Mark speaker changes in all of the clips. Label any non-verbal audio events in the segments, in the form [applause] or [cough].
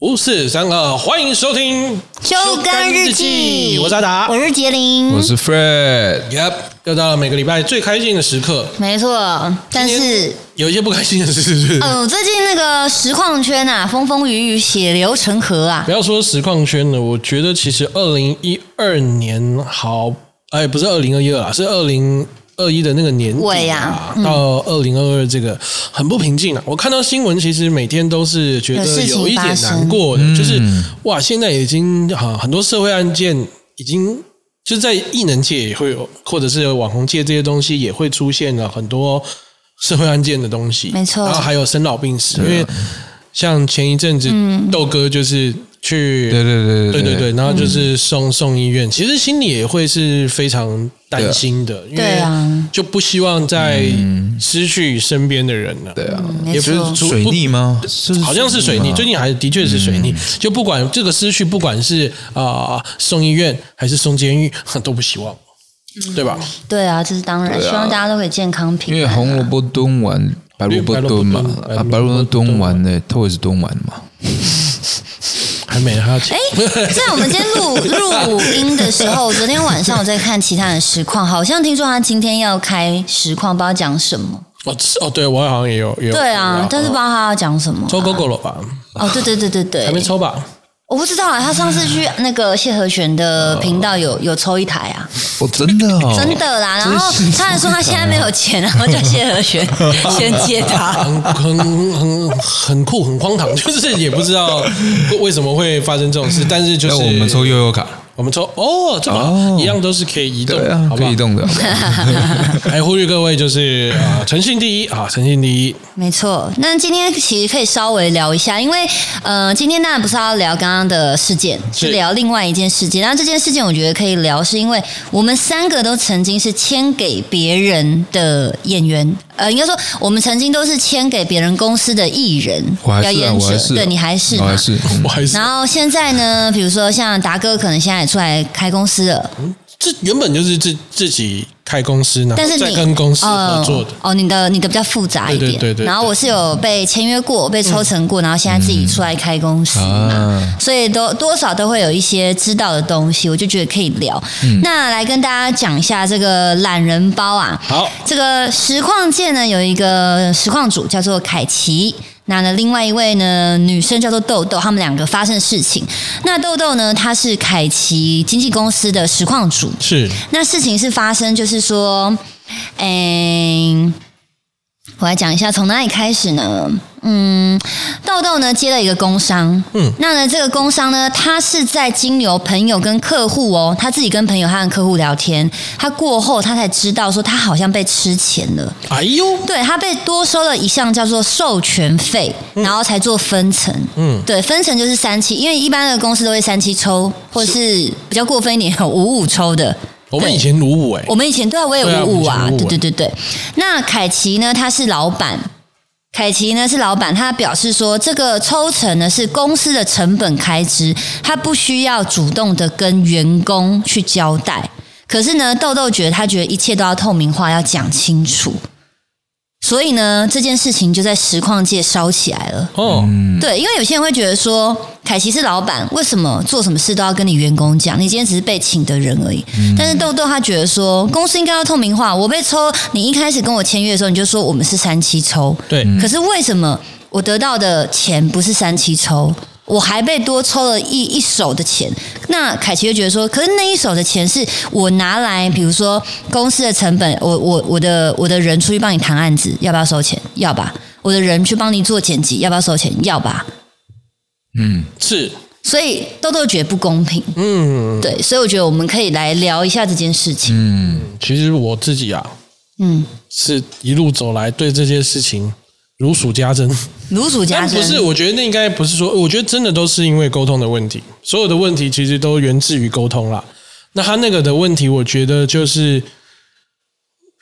Speaker 1: 五四三二，欢迎收听《
Speaker 2: 休耕日记
Speaker 1: 我是阿达
Speaker 2: 我。是杰林
Speaker 3: 我，是 Fred，
Speaker 1: Yep，又到了每个礼拜最开心的时刻，
Speaker 2: 没错。但
Speaker 1: 今
Speaker 2: 是，
Speaker 1: 有一些不开心的事是
Speaker 2: 嗯、最近那个实况圈啊，风风雨雨，血流成河啊
Speaker 1: 不。要说实况圈了，我觉得其实二零一二年好，哎，不是二零二一啦，是二零二一的那个年
Speaker 2: 尾
Speaker 1: 底
Speaker 2: 啊
Speaker 1: 啊，到二零二二这个很不平静啊。我看到新闻，其实每天都是觉
Speaker 2: 有
Speaker 1: 得
Speaker 2: 事情
Speaker 1: 有一点难过的，就是哇，现在已经啊很多社会案件已经。就是在艺能界也会有，或者是网红界这些东西也会出现了很多社会案件的东西，
Speaker 2: 没错
Speaker 1: 然后还有生老病死，因为像前一阵子
Speaker 2: 嗯
Speaker 1: 豆哥就是去，
Speaker 3: 对对对
Speaker 1: 对
Speaker 3: 对
Speaker 1: 对对，然后
Speaker 2: 嗯
Speaker 1: 就是送、送医院，其实心里也会是非常担心的，因
Speaker 2: 对
Speaker 1: 为
Speaker 2: 啊
Speaker 1: 就不希望再失去身边的人了。对啊，
Speaker 2: 嗯没
Speaker 1: 也不
Speaker 2: 错
Speaker 1: 是除
Speaker 3: 水泥吗？不
Speaker 1: 好像是水泥，最近还的确是水泥。就不管这个失去，不管是啊、送医院还是送监狱， [laughs] 都不希望，
Speaker 2: 嗯
Speaker 1: 对吧？
Speaker 2: 对啊，这是当然，希望大家都可以健康平
Speaker 3: 因
Speaker 2: 安、
Speaker 3: 为红萝卜蹲完，白萝卜蹲嘛，啊，白萝卜蹲完呢，头也是蹲完嘛。
Speaker 1: 还没还要讲
Speaker 2: 哎，在我们今天录录音的时候，昨天晚上我在看其他人实况，好像听说他今天要开实况，不知道讲什么。
Speaker 1: 哦是哦，对我好像也有也有
Speaker 2: 对啊，但是不知
Speaker 1: 吧，
Speaker 2: 道他要讲什么、
Speaker 1: 抽狗狗了吧？
Speaker 2: 哦，对对对对对，
Speaker 1: 还没抽吧？
Speaker 2: 我不知道啊。他上次去那个谢和弦的频道有有抽一台啊。
Speaker 3: 哦，真的哦，
Speaker 2: 真的啦。
Speaker 3: 真
Speaker 2: 然后
Speaker 3: 是
Speaker 2: 他还说他现在没有钱， [laughs] 然后叫谢和弦先接他。
Speaker 1: 很很很很酷，很荒唐， [laughs] 就是也不知道为什么会发生这种事，但是就是
Speaker 3: 那我们抽悠悠卡，
Speaker 1: 我们抽哦，这个、
Speaker 3: 哦
Speaker 1: 一样都是可以移动，
Speaker 3: 对啊
Speaker 1: 好，不
Speaker 3: 可
Speaker 1: 好
Speaker 3: 以移。动的，
Speaker 1: 还呼吁各位就是啊，诚信第一啊，诚信第一，
Speaker 2: 没错，那今天其实可以稍微聊一下，因为呃，今天当然不是要聊刚刚的事件，
Speaker 1: 是
Speaker 2: 是聊另外一件事件。那这件事件我觉得可以聊，是因为我们三个都曾经是签给别人的演员，呃，应该说我们曾经都是签给别人公司的艺人
Speaker 3: 我还
Speaker 2: 表
Speaker 3: 是啊，
Speaker 2: 演
Speaker 3: 我
Speaker 2: 者
Speaker 3: 还，是，
Speaker 2: 对你还是
Speaker 3: 我
Speaker 2: 嘛
Speaker 3: 还是，
Speaker 1: 我还是
Speaker 2: 然后现在呢，比如说像达哥，可能现在也出来开公司了，
Speaker 1: 这原本就是自自己开公司，然后
Speaker 2: 但是
Speaker 1: 再
Speaker 2: 你
Speaker 1: 啊跟公司合作的，
Speaker 2: 哦哦，你的你的比较复杂一点，
Speaker 1: 对对对对嗯
Speaker 2: 然后我是有被签约过，被抽成过，然后现在自己出来开公司嘛，
Speaker 3: 啊
Speaker 2: 所以都多少都会有一些知道的东西，我就觉得可以聊。
Speaker 1: 嗯
Speaker 2: 那来跟大家讲一下这个懒人包啊，
Speaker 1: 好
Speaker 2: 这个实况界呢有一个实况主叫做凯奇，那呢另外一位呢女生叫做豆豆，他们两个发生事情。那豆豆呢，她是凯奇经纪公司的实况主，
Speaker 1: 是
Speaker 2: 那事情是发生，就是说，嗯，我来讲一下从哪里开始呢？嗯，豆豆呢接了一个工商，嗯，那呢这个工商呢，他是在经由朋友跟客户哦，他自己跟朋友和客户聊天，他过后他才知道说他好像被吃钱了，
Speaker 1: 哎呦，
Speaker 2: 对他被多收了一项叫做授权费，然后才做分成。嗯，对，分成就是三期，因为一般的公司都会三期抽，或是比较过分一点有五五抽的。
Speaker 1: 我们
Speaker 2: 对
Speaker 1: 以前如舞哎、
Speaker 2: 我们以前对啊，我也
Speaker 1: 对啊
Speaker 2: 五五啊
Speaker 1: 我，们以前五五
Speaker 2: 对
Speaker 1: 啊
Speaker 2: 对对对。那凯奇呢，他是老板。凯奇呢是老板，他表示说，这个抽成呢是公司的成本开支，他不需要主动的跟员工去交代。可是呢，豆豆觉得他觉得一切都要透明化，要讲清楚，所以呢，这件事情就在实况界烧起来了。
Speaker 1: 哦，
Speaker 3: 嗯
Speaker 2: 对，因为有些人会觉得说，凯奇是老板，为什么做什么事都要跟你员工讲？你今天只是被请的人而已。但是豆豆他觉得说，公司应该要透明化。我被抽，你一开始跟我签约的时候，你就说我们是三七抽，
Speaker 1: 对，
Speaker 3: 嗯
Speaker 2: 可是为什么我得到的钱不是三七抽？我还被多抽了一一手的钱，那凯奇就觉得说，可是那一手的钱是我拿来，比如说公司的成本，我我我的我的人出去帮你谈案子，要不要收钱？要吧。我的人去帮你做剪辑，要不要收钱？要吧。
Speaker 1: 是
Speaker 2: 所以豆豆觉得不公平，
Speaker 1: 嗯，
Speaker 2: 对，所以我觉得我们可以来聊一下这件事情。
Speaker 1: 其实我自己啊，
Speaker 2: 嗯，
Speaker 1: 是一路走来对这件事情如数家珍。
Speaker 2: 如数家
Speaker 1: 但
Speaker 2: 珍，
Speaker 1: 不是，我觉得那应该不是说，我觉得真的都是因为沟通的问题，所有的问题其实都源自于沟通啦。那他那个的问题，我觉得就是，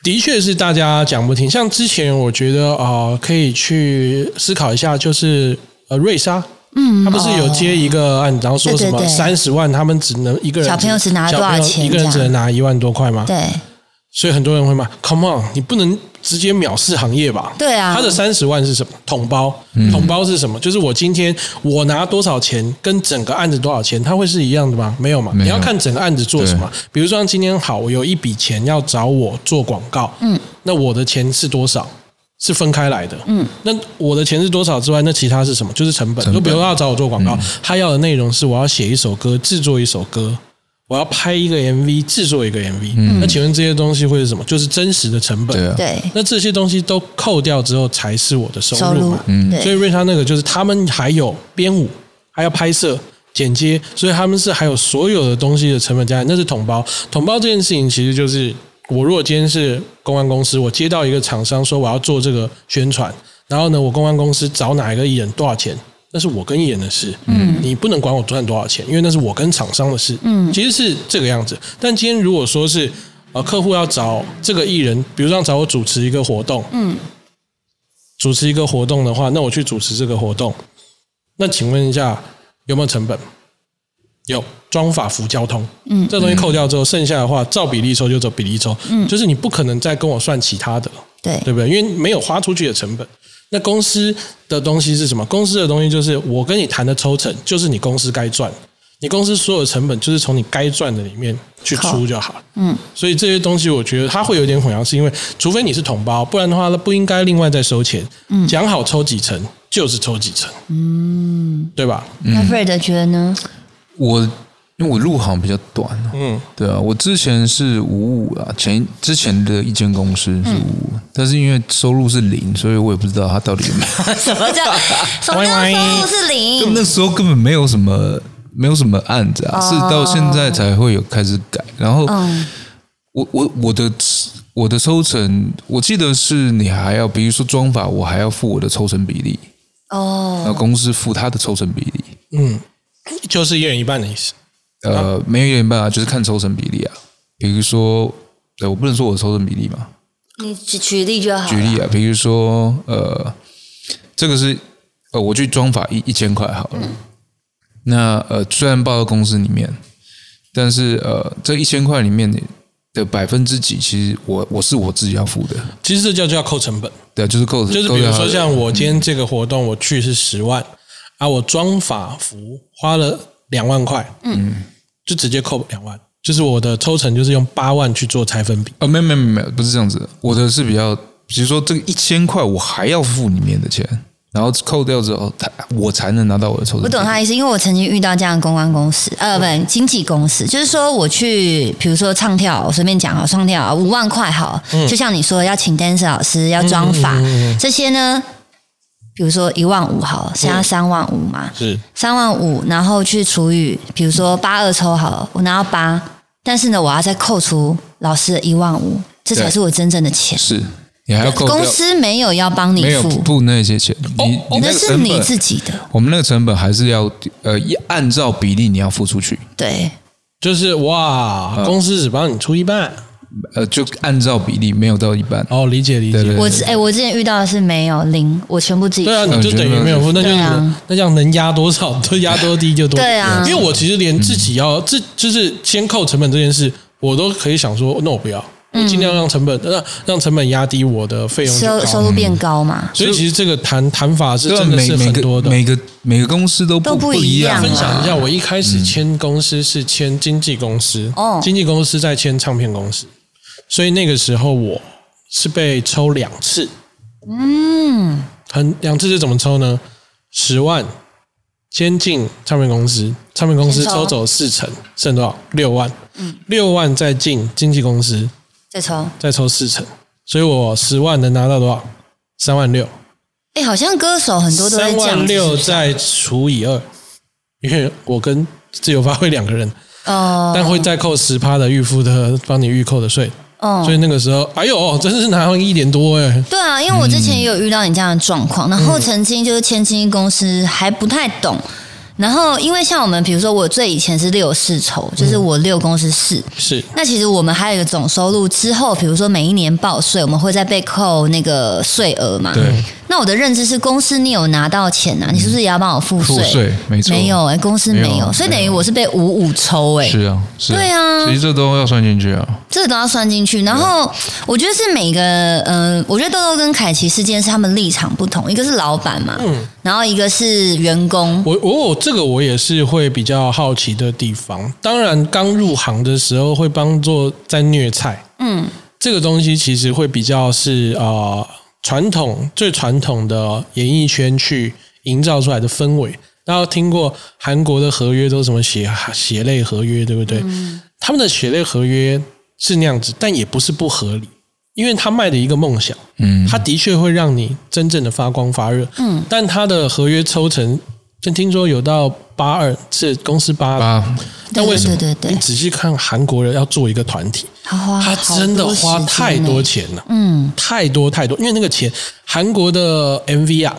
Speaker 1: 的确是大家讲不听。像之前，我觉得啊、呃可以去思考一下，就是呃，瑞莎，
Speaker 2: 嗯
Speaker 1: 他不是有接一个案，然后说什么
Speaker 2: 对对对
Speaker 1: 三十万，他们只能一个人
Speaker 2: 小朋友只拿了多少
Speaker 1: 小朋友
Speaker 2: 钱
Speaker 1: 一个人只能拿一万多块吗？
Speaker 2: 对
Speaker 1: 所以很多人会骂，Come on，你不能只直接藐视行业吧？
Speaker 2: 对啊
Speaker 1: 他的三十万是什么？统包，
Speaker 3: 嗯
Speaker 1: 统包是什么？就是我今天我拿多少钱，跟整个案子多少钱，它会是一样的吗？没有嘛，
Speaker 3: 没有
Speaker 1: 你要看整个案子做什么。比如说像今天好，我有一笔钱要找我做广告，嗯，那我的钱是多少？是分开来的，嗯，那我的钱是多少之外，那其他是什么？就是成本。
Speaker 3: 成本嗯
Speaker 1: 就比如他要找我做广告，他要的内容是我要写一首歌，制作一首歌，我要拍一个 MV，制作一个 MV。那请问这些东西会是什么？就是真实的成本。
Speaker 3: 嗯对啊
Speaker 2: 对
Speaker 1: 那这些东西都扣掉之后，才是我的收
Speaker 2: 收
Speaker 1: 入
Speaker 2: 入
Speaker 1: 嘛。，所以
Speaker 2: 对
Speaker 1: 瑞莎那个就是他们还有编舞，还要拍摄、剪接，所以他们是还有所有的东西的成本加起来，那是统包。统包这件事情其实就是，我如果今天是公关公司，我接到一个厂商说我要做这个宣传，然后呢，我公关公司找哪一个艺人多少钱？那是我跟艺人的事，嗯，你不能管我赚多少钱，因为那是我跟厂商的事，嗯，其实是这个样子。但今天如果说是呃客户要找这个艺人，比如说要找我主持一个活动，主持一个活动的话，那我去主持这个活动，那请问一下有没有成本？有，装法服交通，嗯，这东西扣掉之后，剩下的话照比例抽就走比例抽，嗯，就是你不可能再跟我算其他的，
Speaker 2: 对
Speaker 1: 对不对？因为没有花出去的成本。那公司的东西是什么？公司的东西就是我跟你谈的抽成，就是你公司该赚，你公司所有成本就是从你该赚的里面去出就好。嗯，所以这些东西我觉得它会有点混淆，是因为除非你是统包，不然的话那不应该另外再收钱。嗯，讲好抽几成就是抽几成。嗯，对吧？
Speaker 2: 那 Fred 觉得呢？
Speaker 3: 我因为我入行比较短、啊，嗯，对啊，我之前是五五啊，前之前的一间公司是五五、
Speaker 2: 嗯
Speaker 3: 但是因为收入是零，所以我也不知道它到底有没有。
Speaker 2: 什么
Speaker 3: [laughs]
Speaker 2: 叫什么叫收入是
Speaker 3: 就
Speaker 2: 零？
Speaker 3: 那时候根本没有什么没有什么案子啊，是到现在才会有开始改。然后
Speaker 2: 嗯
Speaker 3: 我我我的我的抽成，我记得是你还要，比如说妆法，我还要付我的抽成比例，然
Speaker 2: 哦，
Speaker 3: 后公司付他的抽成比例。
Speaker 1: 嗯，就是一人一半的意思。
Speaker 3: 呃，没有一点办法，就是看抽成比例啊。比如说，呃，我不能说我的抽成比例嘛，
Speaker 2: 你举举例就好了。
Speaker 3: 举例啊，比如说，呃，这个是呃，我去装法一一千块好了。
Speaker 2: 嗯
Speaker 3: 那呃，虽然报到公司里面，但是呃，这一千块里面的百分之几，其实我我是我自己要付的，
Speaker 1: 其实这叫叫扣成本。
Speaker 3: 对啊，就是够，
Speaker 1: 就是
Speaker 3: 够
Speaker 1: 比如
Speaker 3: 掉
Speaker 1: 说
Speaker 3: 它的
Speaker 1: 像我今天这个活动，我去是十万啊，我装法服花了两万块，嗯，就直接扣两万，就是我的抽成就是用八万去做拆分比，
Speaker 3: 啊，没有没有没有没有，不是这样子，我的是比较，比如说这个一千块，我还要付里面的钱，然后扣掉之后，他我才能拿到我的抽成比
Speaker 2: 我
Speaker 3: 例。
Speaker 2: 懂他的意思，因为我曾经遇到这样的公关公司，呃，
Speaker 3: 嗯
Speaker 2: 不，经纪公司，就是说我去，比如说唱跳，我随便讲哦，唱跳五万块好，
Speaker 3: 嗯
Speaker 2: 就像你说要请 dancer 老师，要妆发、这些呢，比如说一万五好，
Speaker 3: 嗯
Speaker 2: 剩下三万五嘛，
Speaker 1: 是
Speaker 2: 三万五，然后去除以，比如说八二抽好了，我拿到八，但是呢，我要再扣除老师的一万五，这才
Speaker 3: 对
Speaker 2: 是我真正的钱。
Speaker 3: 是，你还要扣掉
Speaker 2: 公司没有要帮你
Speaker 3: 没有
Speaker 2: 付，哦
Speaker 3: 付那些钱，你你
Speaker 2: 那
Speaker 3: 那个
Speaker 2: 是
Speaker 3: 成
Speaker 2: 你自
Speaker 3: 本，
Speaker 2: 己的，
Speaker 3: 我们那个成本还是要呃一按照比例你要付出去，
Speaker 2: 对。
Speaker 1: 就是哇，
Speaker 2: 啊
Speaker 1: 公司只帮你出一半，
Speaker 3: 呃，就按照比例没有到一半。
Speaker 1: 哦，理解理
Speaker 3: 对对
Speaker 1: 解。
Speaker 2: 我之哎、我之前遇到的是没有零，我全部自己
Speaker 1: 对啊，
Speaker 2: 付
Speaker 1: 你就等于没有付，那就是
Speaker 2: 对啊
Speaker 1: 那这样能压多少就压多低就多。
Speaker 2: 对啊
Speaker 1: 因为我其实连自己要自就是先扣成本这件事，我都可以想说，那我不要，我尽量让成本让让成本压低我的费用就
Speaker 2: 收
Speaker 1: 高
Speaker 2: 收入变高嘛。
Speaker 1: 所以其实这个谈谈法是
Speaker 3: 对啊，
Speaker 1: 真的
Speaker 3: 每
Speaker 1: 是
Speaker 3: 每
Speaker 1: 很多
Speaker 3: 个
Speaker 1: 的。
Speaker 3: 每个每个公司都
Speaker 2: 都
Speaker 3: 不
Speaker 2: 不一
Speaker 3: 一
Speaker 2: 样
Speaker 1: 分
Speaker 2: 啊
Speaker 1: 享一下，我一开始
Speaker 3: 嗯
Speaker 1: 签公司是签经纪公司，
Speaker 2: 哦
Speaker 1: 经纪公司在签唱片公司，所以那个时候我是被抽两次，嗯，很两次是怎么抽呢？十万先进唱片公司，唱片公司
Speaker 2: 先抽嗯
Speaker 1: 抽走四成，剩多少？六万，六万再进经纪公司，
Speaker 2: 再抽，
Speaker 1: 再抽四成，所以我十万能拿到多少？三万六。
Speaker 2: 哎、好像歌手很多都在
Speaker 1: 三
Speaker 2: 这样
Speaker 1: 万
Speaker 2: 子
Speaker 1: 六再除以二，因为我跟自由发挥两个人，
Speaker 2: 哦，
Speaker 1: 但会再扣十趴的预付的帮你预扣的税，
Speaker 2: 哦
Speaker 1: 所以那个时候，哎呦，真是拿了一点多哎、
Speaker 2: 对啊，因为我之前也有遇到你这样的状
Speaker 1: 嗯
Speaker 2: 况，然后曾经就是签经纪公司还不太懂，然后因为像我们，比如说我最以前是六四筹，
Speaker 1: 嗯
Speaker 2: 就是我六公司四。
Speaker 1: 是
Speaker 2: 那其实我们还有一个总收入之后，比如说每一年报税，我们会再被扣那个税额嘛。
Speaker 3: 对。
Speaker 2: 那那我的认知是，公司你有拿到钱啊，你是不是也要帮我付税？
Speaker 3: 付税没错
Speaker 2: 没有哎、公司
Speaker 3: 没有
Speaker 2: 没有，所以等于我是被五五抽哎、
Speaker 3: 是啊，是
Speaker 2: 对啊
Speaker 3: 其实这都要算进去啊。
Speaker 2: 这个都要算进去。然后我觉得是每个，嗯、我觉得豆豆跟凯奇事件是他们立场不同，一个是老板嘛，然后一个是员工，
Speaker 1: 我我我这个我也是会比较好奇的地方。当然，刚入行的时候会帮做在虐菜，
Speaker 2: 嗯，
Speaker 1: 这个东西其实会比较是呃传统最传统的演艺圈去营造出来的氛围。大家听过韩国的合约都是什么血血泪合约，对不对？他们的血泪合约是那样子，但也不是不合理，因为他卖的一个梦想，
Speaker 3: 嗯，
Speaker 1: 它的确会让你真正的发光发热。嗯，但它的合约抽成，就听说有到八二，是公司八二。
Speaker 3: 啊，
Speaker 1: 但为什么？
Speaker 2: 对对对对
Speaker 1: 你仔细看韩国人要做一个团体，
Speaker 2: 他花
Speaker 1: 他真的花太多，钱了，
Speaker 2: 嗯，
Speaker 1: 太多太多，因为那个钱，韩国的 MV 啊，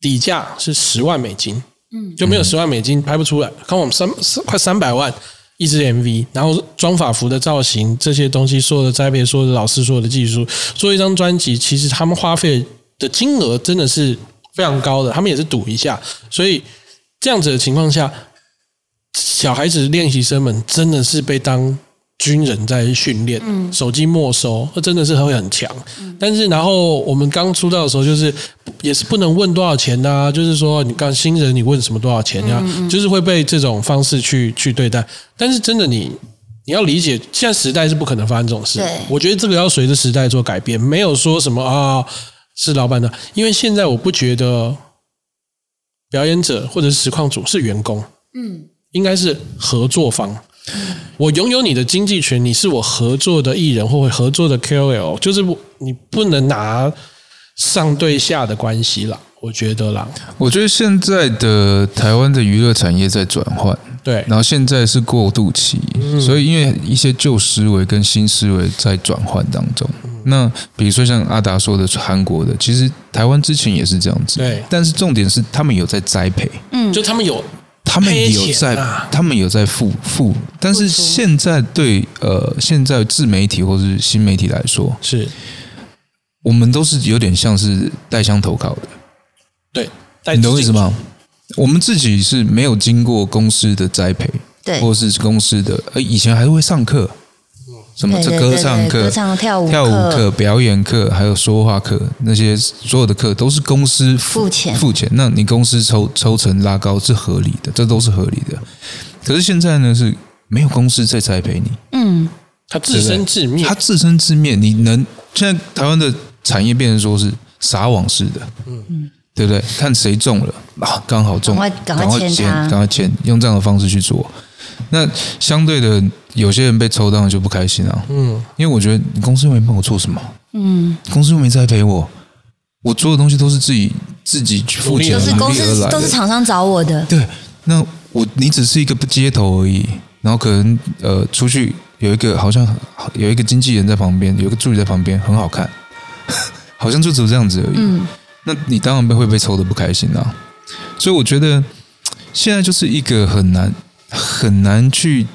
Speaker 1: 底价是十万美金，嗯，就没有十万美金拍不出来，看我们三三快三百万一支 MV，然后装法服的造型这些东西，所有的栽培，所有的老师，所有的技术，做一张专辑，其实他们花费的金额真的是非常高的，他们也是赌一下，所以这样子的情况下，小孩子练习生们真的是被当军人在训练，手机没收，那真的是会很强。但是然后我们刚出道的时候，就是也是不能问多少钱的、啊，就是说你刚新人你问什么多少钱呀、就是会被这种方式去去对待。但是真的你。你要理解，现在时代是不可能发生这种事
Speaker 2: 对。
Speaker 1: 我觉得这个要随着时代做改变，没有说什么啊是老板的，因为现在我不觉得表演者或者是实况组是员工，
Speaker 2: 嗯，
Speaker 1: 应该是合作方。我拥有你的经济权，你是我合作的艺人或合作的 KOL，就是我你不能拿上对下的关系啦，我觉得啦，
Speaker 3: 我觉得现在的台湾的娱乐产业在转换，
Speaker 1: 对
Speaker 3: 然后现在是过渡期，
Speaker 1: 嗯
Speaker 3: 所以因为一些旧思维跟新思维在转换当中。
Speaker 1: 嗯
Speaker 3: 那比如说像阿达说的韩国的，其实台湾之前也是这样子，
Speaker 1: 对
Speaker 3: 但是重点是他们有在栽培，
Speaker 1: 就他们有
Speaker 3: 他们
Speaker 1: 黑
Speaker 3: 有
Speaker 1: 钱
Speaker 3: 在，
Speaker 1: 啊
Speaker 3: 他们有在付付，但是
Speaker 2: 付出
Speaker 3: 现在对呃现在自媒体或是新媒体来说，
Speaker 1: 是
Speaker 3: 我们都是有点像是带枪投靠的，
Speaker 1: 对，带
Speaker 3: 你懂我意思
Speaker 1: 哎自己
Speaker 3: 吗？我们自己是没有经过公司的栽培，
Speaker 2: 对
Speaker 3: 或是公司的，呃，以前还会上课，什么
Speaker 2: 对
Speaker 3: 这
Speaker 2: 对
Speaker 3: 歌
Speaker 2: 对
Speaker 3: 唱
Speaker 2: 对
Speaker 3: 课、
Speaker 2: 歌唱跳舞
Speaker 3: 跳舞
Speaker 2: 课
Speaker 3: 课、表演课，还有说话课，那些所有的课都是公司
Speaker 2: 付钱
Speaker 3: 付钱。那你公司抽抽成拉高是合理的，这都是合理的。可是现在呢，是没有公司在栽培你，
Speaker 2: 嗯，
Speaker 1: 他自
Speaker 3: 对
Speaker 1: 生
Speaker 3: 不对
Speaker 1: 自灭
Speaker 3: 他，自生自灭。你能现在台湾的产业变成说是撒网式的，嗯，对不对？看谁中了啊，刚好中，
Speaker 2: 赶快赶快签
Speaker 3: 签，
Speaker 2: 他
Speaker 3: 赶快签，用这样的方式去做。那相对的，有些人被抽到就不开心啊，
Speaker 1: 嗯，
Speaker 3: 因为我觉得你公司又没帮我做什么，嗯，公司又没栽培我，我做的东西都是自己自己去付
Speaker 1: 努
Speaker 3: 钱
Speaker 2: 都
Speaker 1: 力
Speaker 2: 是
Speaker 1: 而
Speaker 3: 努
Speaker 2: 公
Speaker 3: 力而
Speaker 2: 司
Speaker 3: 来的，
Speaker 2: 都是厂商找我的，
Speaker 3: 对，那我你只是一个街头而已，然后可能呃出去有一个好像有一个经纪人在旁边，有一个助理在旁边，很好看， [laughs] 好像就只有这样子而已。
Speaker 2: 嗯，
Speaker 3: 那你当然被会被抽的不开心啦。所以我觉得现在就是一个很难很难去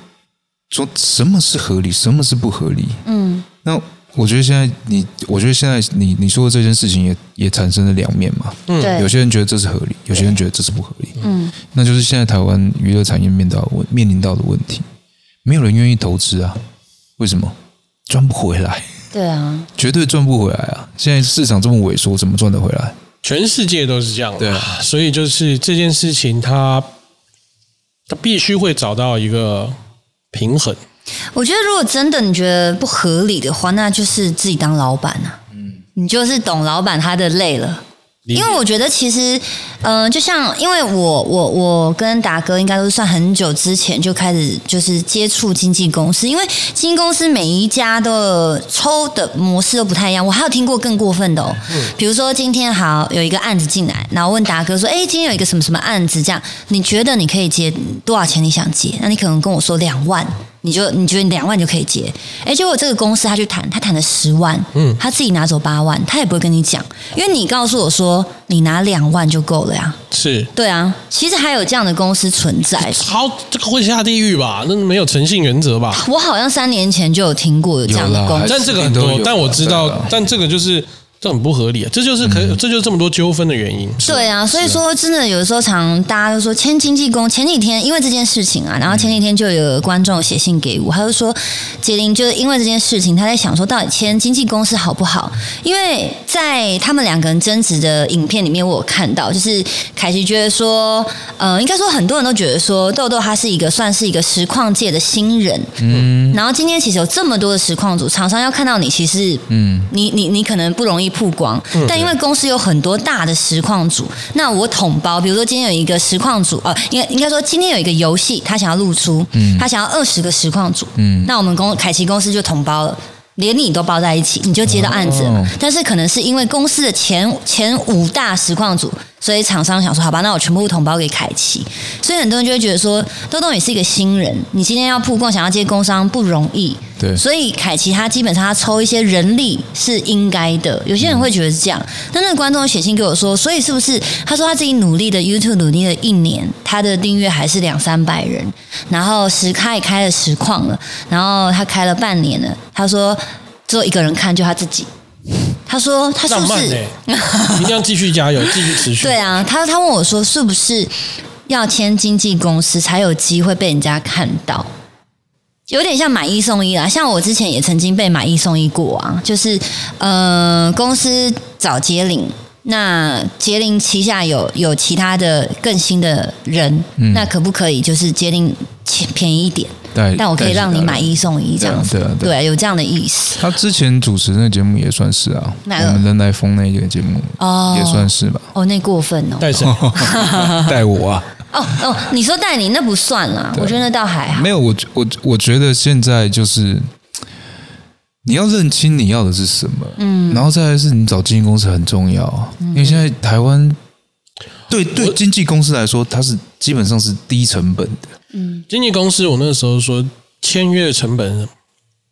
Speaker 3: 说什么是合理，什么是不合理。
Speaker 2: 嗯，
Speaker 3: 那我觉得现在你，我觉得现在你你说的这件事情也也产生了两面嘛。
Speaker 2: 对，
Speaker 3: 嗯有些人觉得这是合理，有些人觉得这是不合理。嗯，那就是现在台湾娱乐产业面到问面临到的问题，没有人愿意投资啊？为什么？赚不回来， [laughs]
Speaker 2: 对啊，
Speaker 3: 绝对赚不回来啊！现在市场这么萎缩，怎么赚得回来？
Speaker 1: 全世界都是这样啦，
Speaker 3: 对
Speaker 1: 所以就是这件事情它，它必须会找到一个平衡，
Speaker 2: 我觉得如果真的你觉得不合理的话，那就是自己当老板啊。
Speaker 3: 嗯
Speaker 2: 你就是懂老板他的累了。
Speaker 1: 理解
Speaker 2: 因为我觉得其实，嗯、就像因为我我我跟达哥应该都是算很久之前就开始就是接触经纪公司，因为经纪公司每一家的抽的模式都不太一样。我还有听过更过分的哦，
Speaker 3: 嗯
Speaker 2: 比如说今天好有一个案子进来，然后问达哥说：“哎，今天有一个什么什么案子，这样你觉得你可以接多少钱？你想接？那你可能跟我说两万。”你就你觉得两万就可以接，哎，结果这个公司他去谈，他谈了十万，嗯，他自己拿走八万，他也不会跟你讲，因为你告诉我说你拿两万就够了呀，
Speaker 1: 是
Speaker 2: 对啊，其实还有这样的公司存在，
Speaker 1: 好，这个会下地狱吧？那没有诚信原则吧？
Speaker 2: 我好像三年前就有听过有这样的
Speaker 3: 有啦
Speaker 2: 公司，
Speaker 1: 但这个很
Speaker 3: 哎一定都
Speaker 1: 多
Speaker 3: 有，啊
Speaker 1: 但我知
Speaker 3: 对
Speaker 1: 道
Speaker 3: 啊，嗯
Speaker 1: 但这个就是。这很不合理啊！这就是可，这就是这么多纠纷的原因。
Speaker 2: 对啊，所以说真的有时候常大家都说签经纪公，前几天因为这件事情啊，然后前几天就有观众写信给我，他就说杰林就是因为这件事情，他在想说到底签经纪公司好不好？因为在他们两个人争执的影片里面，我有看到，就是凯奇觉得说，呃，应该说很多人都觉得说豆豆他是一个算是一个实况界的新人，嗯，然后今天其实有这么多的实况组，厂商要看到你，其实嗯，你你你可能不容易曝光，但因为公司有很多大的实况组，那我统包，比如说今天有一个实况组，呃，应该应该说今天有一个游戏，他想要露出，他想要二十个实况组，那我们公凯奇公司就统包了。连你都包在一起，你就接到案子了。
Speaker 3: 哦
Speaker 2: 但是可能是因为公司的前前五大实况组，所以厂商想说，好吧，那我全部统包给凯奇。所以很多人就会觉得说，豆豆你是一个新人，你今天要曝光，想要接工商不容易。
Speaker 3: 对
Speaker 2: 所以凯奇他基本上他抽一些人力是应该的，有些人会觉得是这样。但那个观众写信给我说，所以是不是他说他自己努力的 YouTube 努力了一年，他的订阅还是两三百人，然后实开也开了实况了，然后他开了半年了，他说只有一个人看，就他自己。他说他是
Speaker 1: 浪
Speaker 2: 不
Speaker 1: 漫
Speaker 2: 是？ [laughs]
Speaker 1: 哎、一定要继续加油，继续持续。
Speaker 2: 对啊，他他问我说，是不是要签经纪公司才有机会被人家看到？有点像买一送一啦，像我之前也曾经被买一送一过啊，就是呃，公司找杰林，那杰林旗下有有其他的更新的人，
Speaker 3: 嗯
Speaker 2: 那可不可以就是杰林便便宜一点，
Speaker 3: 带
Speaker 2: 但我可以让你买一送一这样子，
Speaker 3: 对啊对啊对啊
Speaker 2: 对，有这样的意思
Speaker 3: 呃他之前主持那个节目也算是啊，
Speaker 2: 哪个
Speaker 3: 我们人来疯那个节目
Speaker 2: 哦，
Speaker 3: 也算是
Speaker 2: [laughs]
Speaker 3: 吧，
Speaker 2: 哦，那过分哦，
Speaker 1: 带谁？
Speaker 3: 带我啊，
Speaker 2: 哦哦，你说带你那不算啦，我觉得那倒还好，
Speaker 3: [laughs] 没有我我我觉得现在就是你要认清你要的是什么，嗯，然后再来是你找经纪公司很重要啊，因为现在台湾对对经纪公司来说，它是基本上是低成本的，
Speaker 1: 经纪公司，我那时候说签约的成本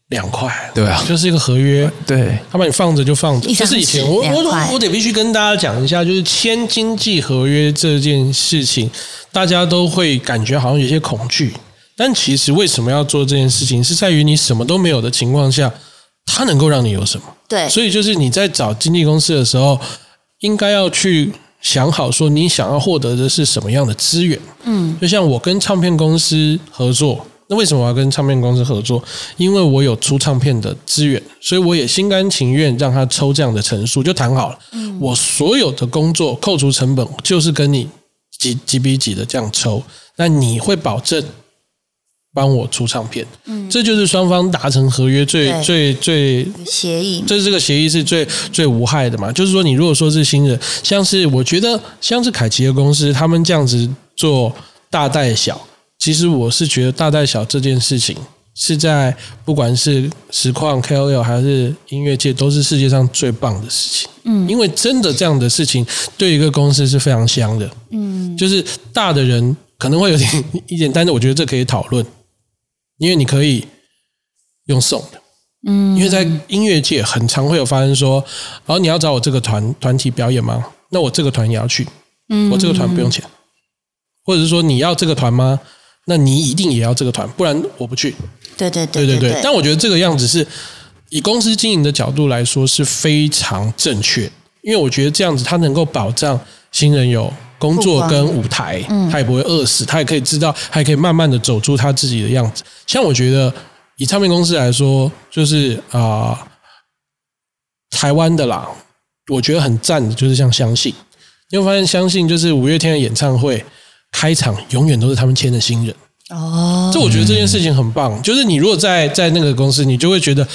Speaker 1: 两块，
Speaker 3: 对啊
Speaker 1: 就是一个合约，
Speaker 3: 对，
Speaker 1: 他把你放着就放着。
Speaker 2: 一
Speaker 1: 这
Speaker 2: 张
Speaker 1: 是以前
Speaker 2: 纸
Speaker 1: 我
Speaker 2: 两块
Speaker 1: 我我得必须跟大家讲一下，就是签经济合约这件事情，大家都会感觉好像有些恐惧，但其实为什么要做这件事情，是在于你什么都没有的情况下，它能够让你有什么？
Speaker 2: 对，
Speaker 1: 所以就是你在找经纪公司的时候，应该要去想好说你想要获得的是什么样的资源。嗯，就像我跟唱片公司合作，那为什么我要跟唱片公司合作？因为我有出唱片的资源，所以我也心甘情愿让他抽这样的成数，就谈好了。我所有的工作扣除成本，就是跟你几几比几的这样抽，那你会保证。帮我出唱片，嗯，这就是双方达成合约最最
Speaker 2: 对
Speaker 1: 最
Speaker 2: 协议
Speaker 1: 这这个协议是最最无害的嘛？就是说，你如果说是新人，像是我觉得像是凯奇的公司，他们这样子做大带小，其实我是觉得大带小这件事情是在不管是实况 KOL 还是音乐界，都是世界上最棒的事情。嗯，因为真的这样的事情对一个公司是非常香的。嗯，就是大的人可能会有点意见，但是我觉得这可以讨论，因为你可以用送的。因为在音乐界很常会有发生说，然后你要找我这个团团体表演吗？那我这个团也要去，我这个团不用钱，或者是说你要这个团吗？那你一定也要这个团，不然我不去。
Speaker 2: 对对
Speaker 1: 对
Speaker 2: 对
Speaker 1: 对
Speaker 2: 对
Speaker 1: 对，但我觉得这个样子是以公司经营的角度来说是非常正确，因为我觉得这样子它能够保障新人有工作
Speaker 2: 曝光
Speaker 1: 跟舞台，
Speaker 2: 嗯
Speaker 1: 他也不会饿死，他也可以知道，他也可以慢慢的走出他自己的样子。像我觉得以唱片公司来说，就是啊、台湾的啦，我觉得很赞的就是像相信，你会发现相信就是五月天的演唱会开场永远都是他们签的新人。
Speaker 2: 哦，
Speaker 1: 这我觉得这件事情很棒，就是你如果在在那个公司，你就会觉得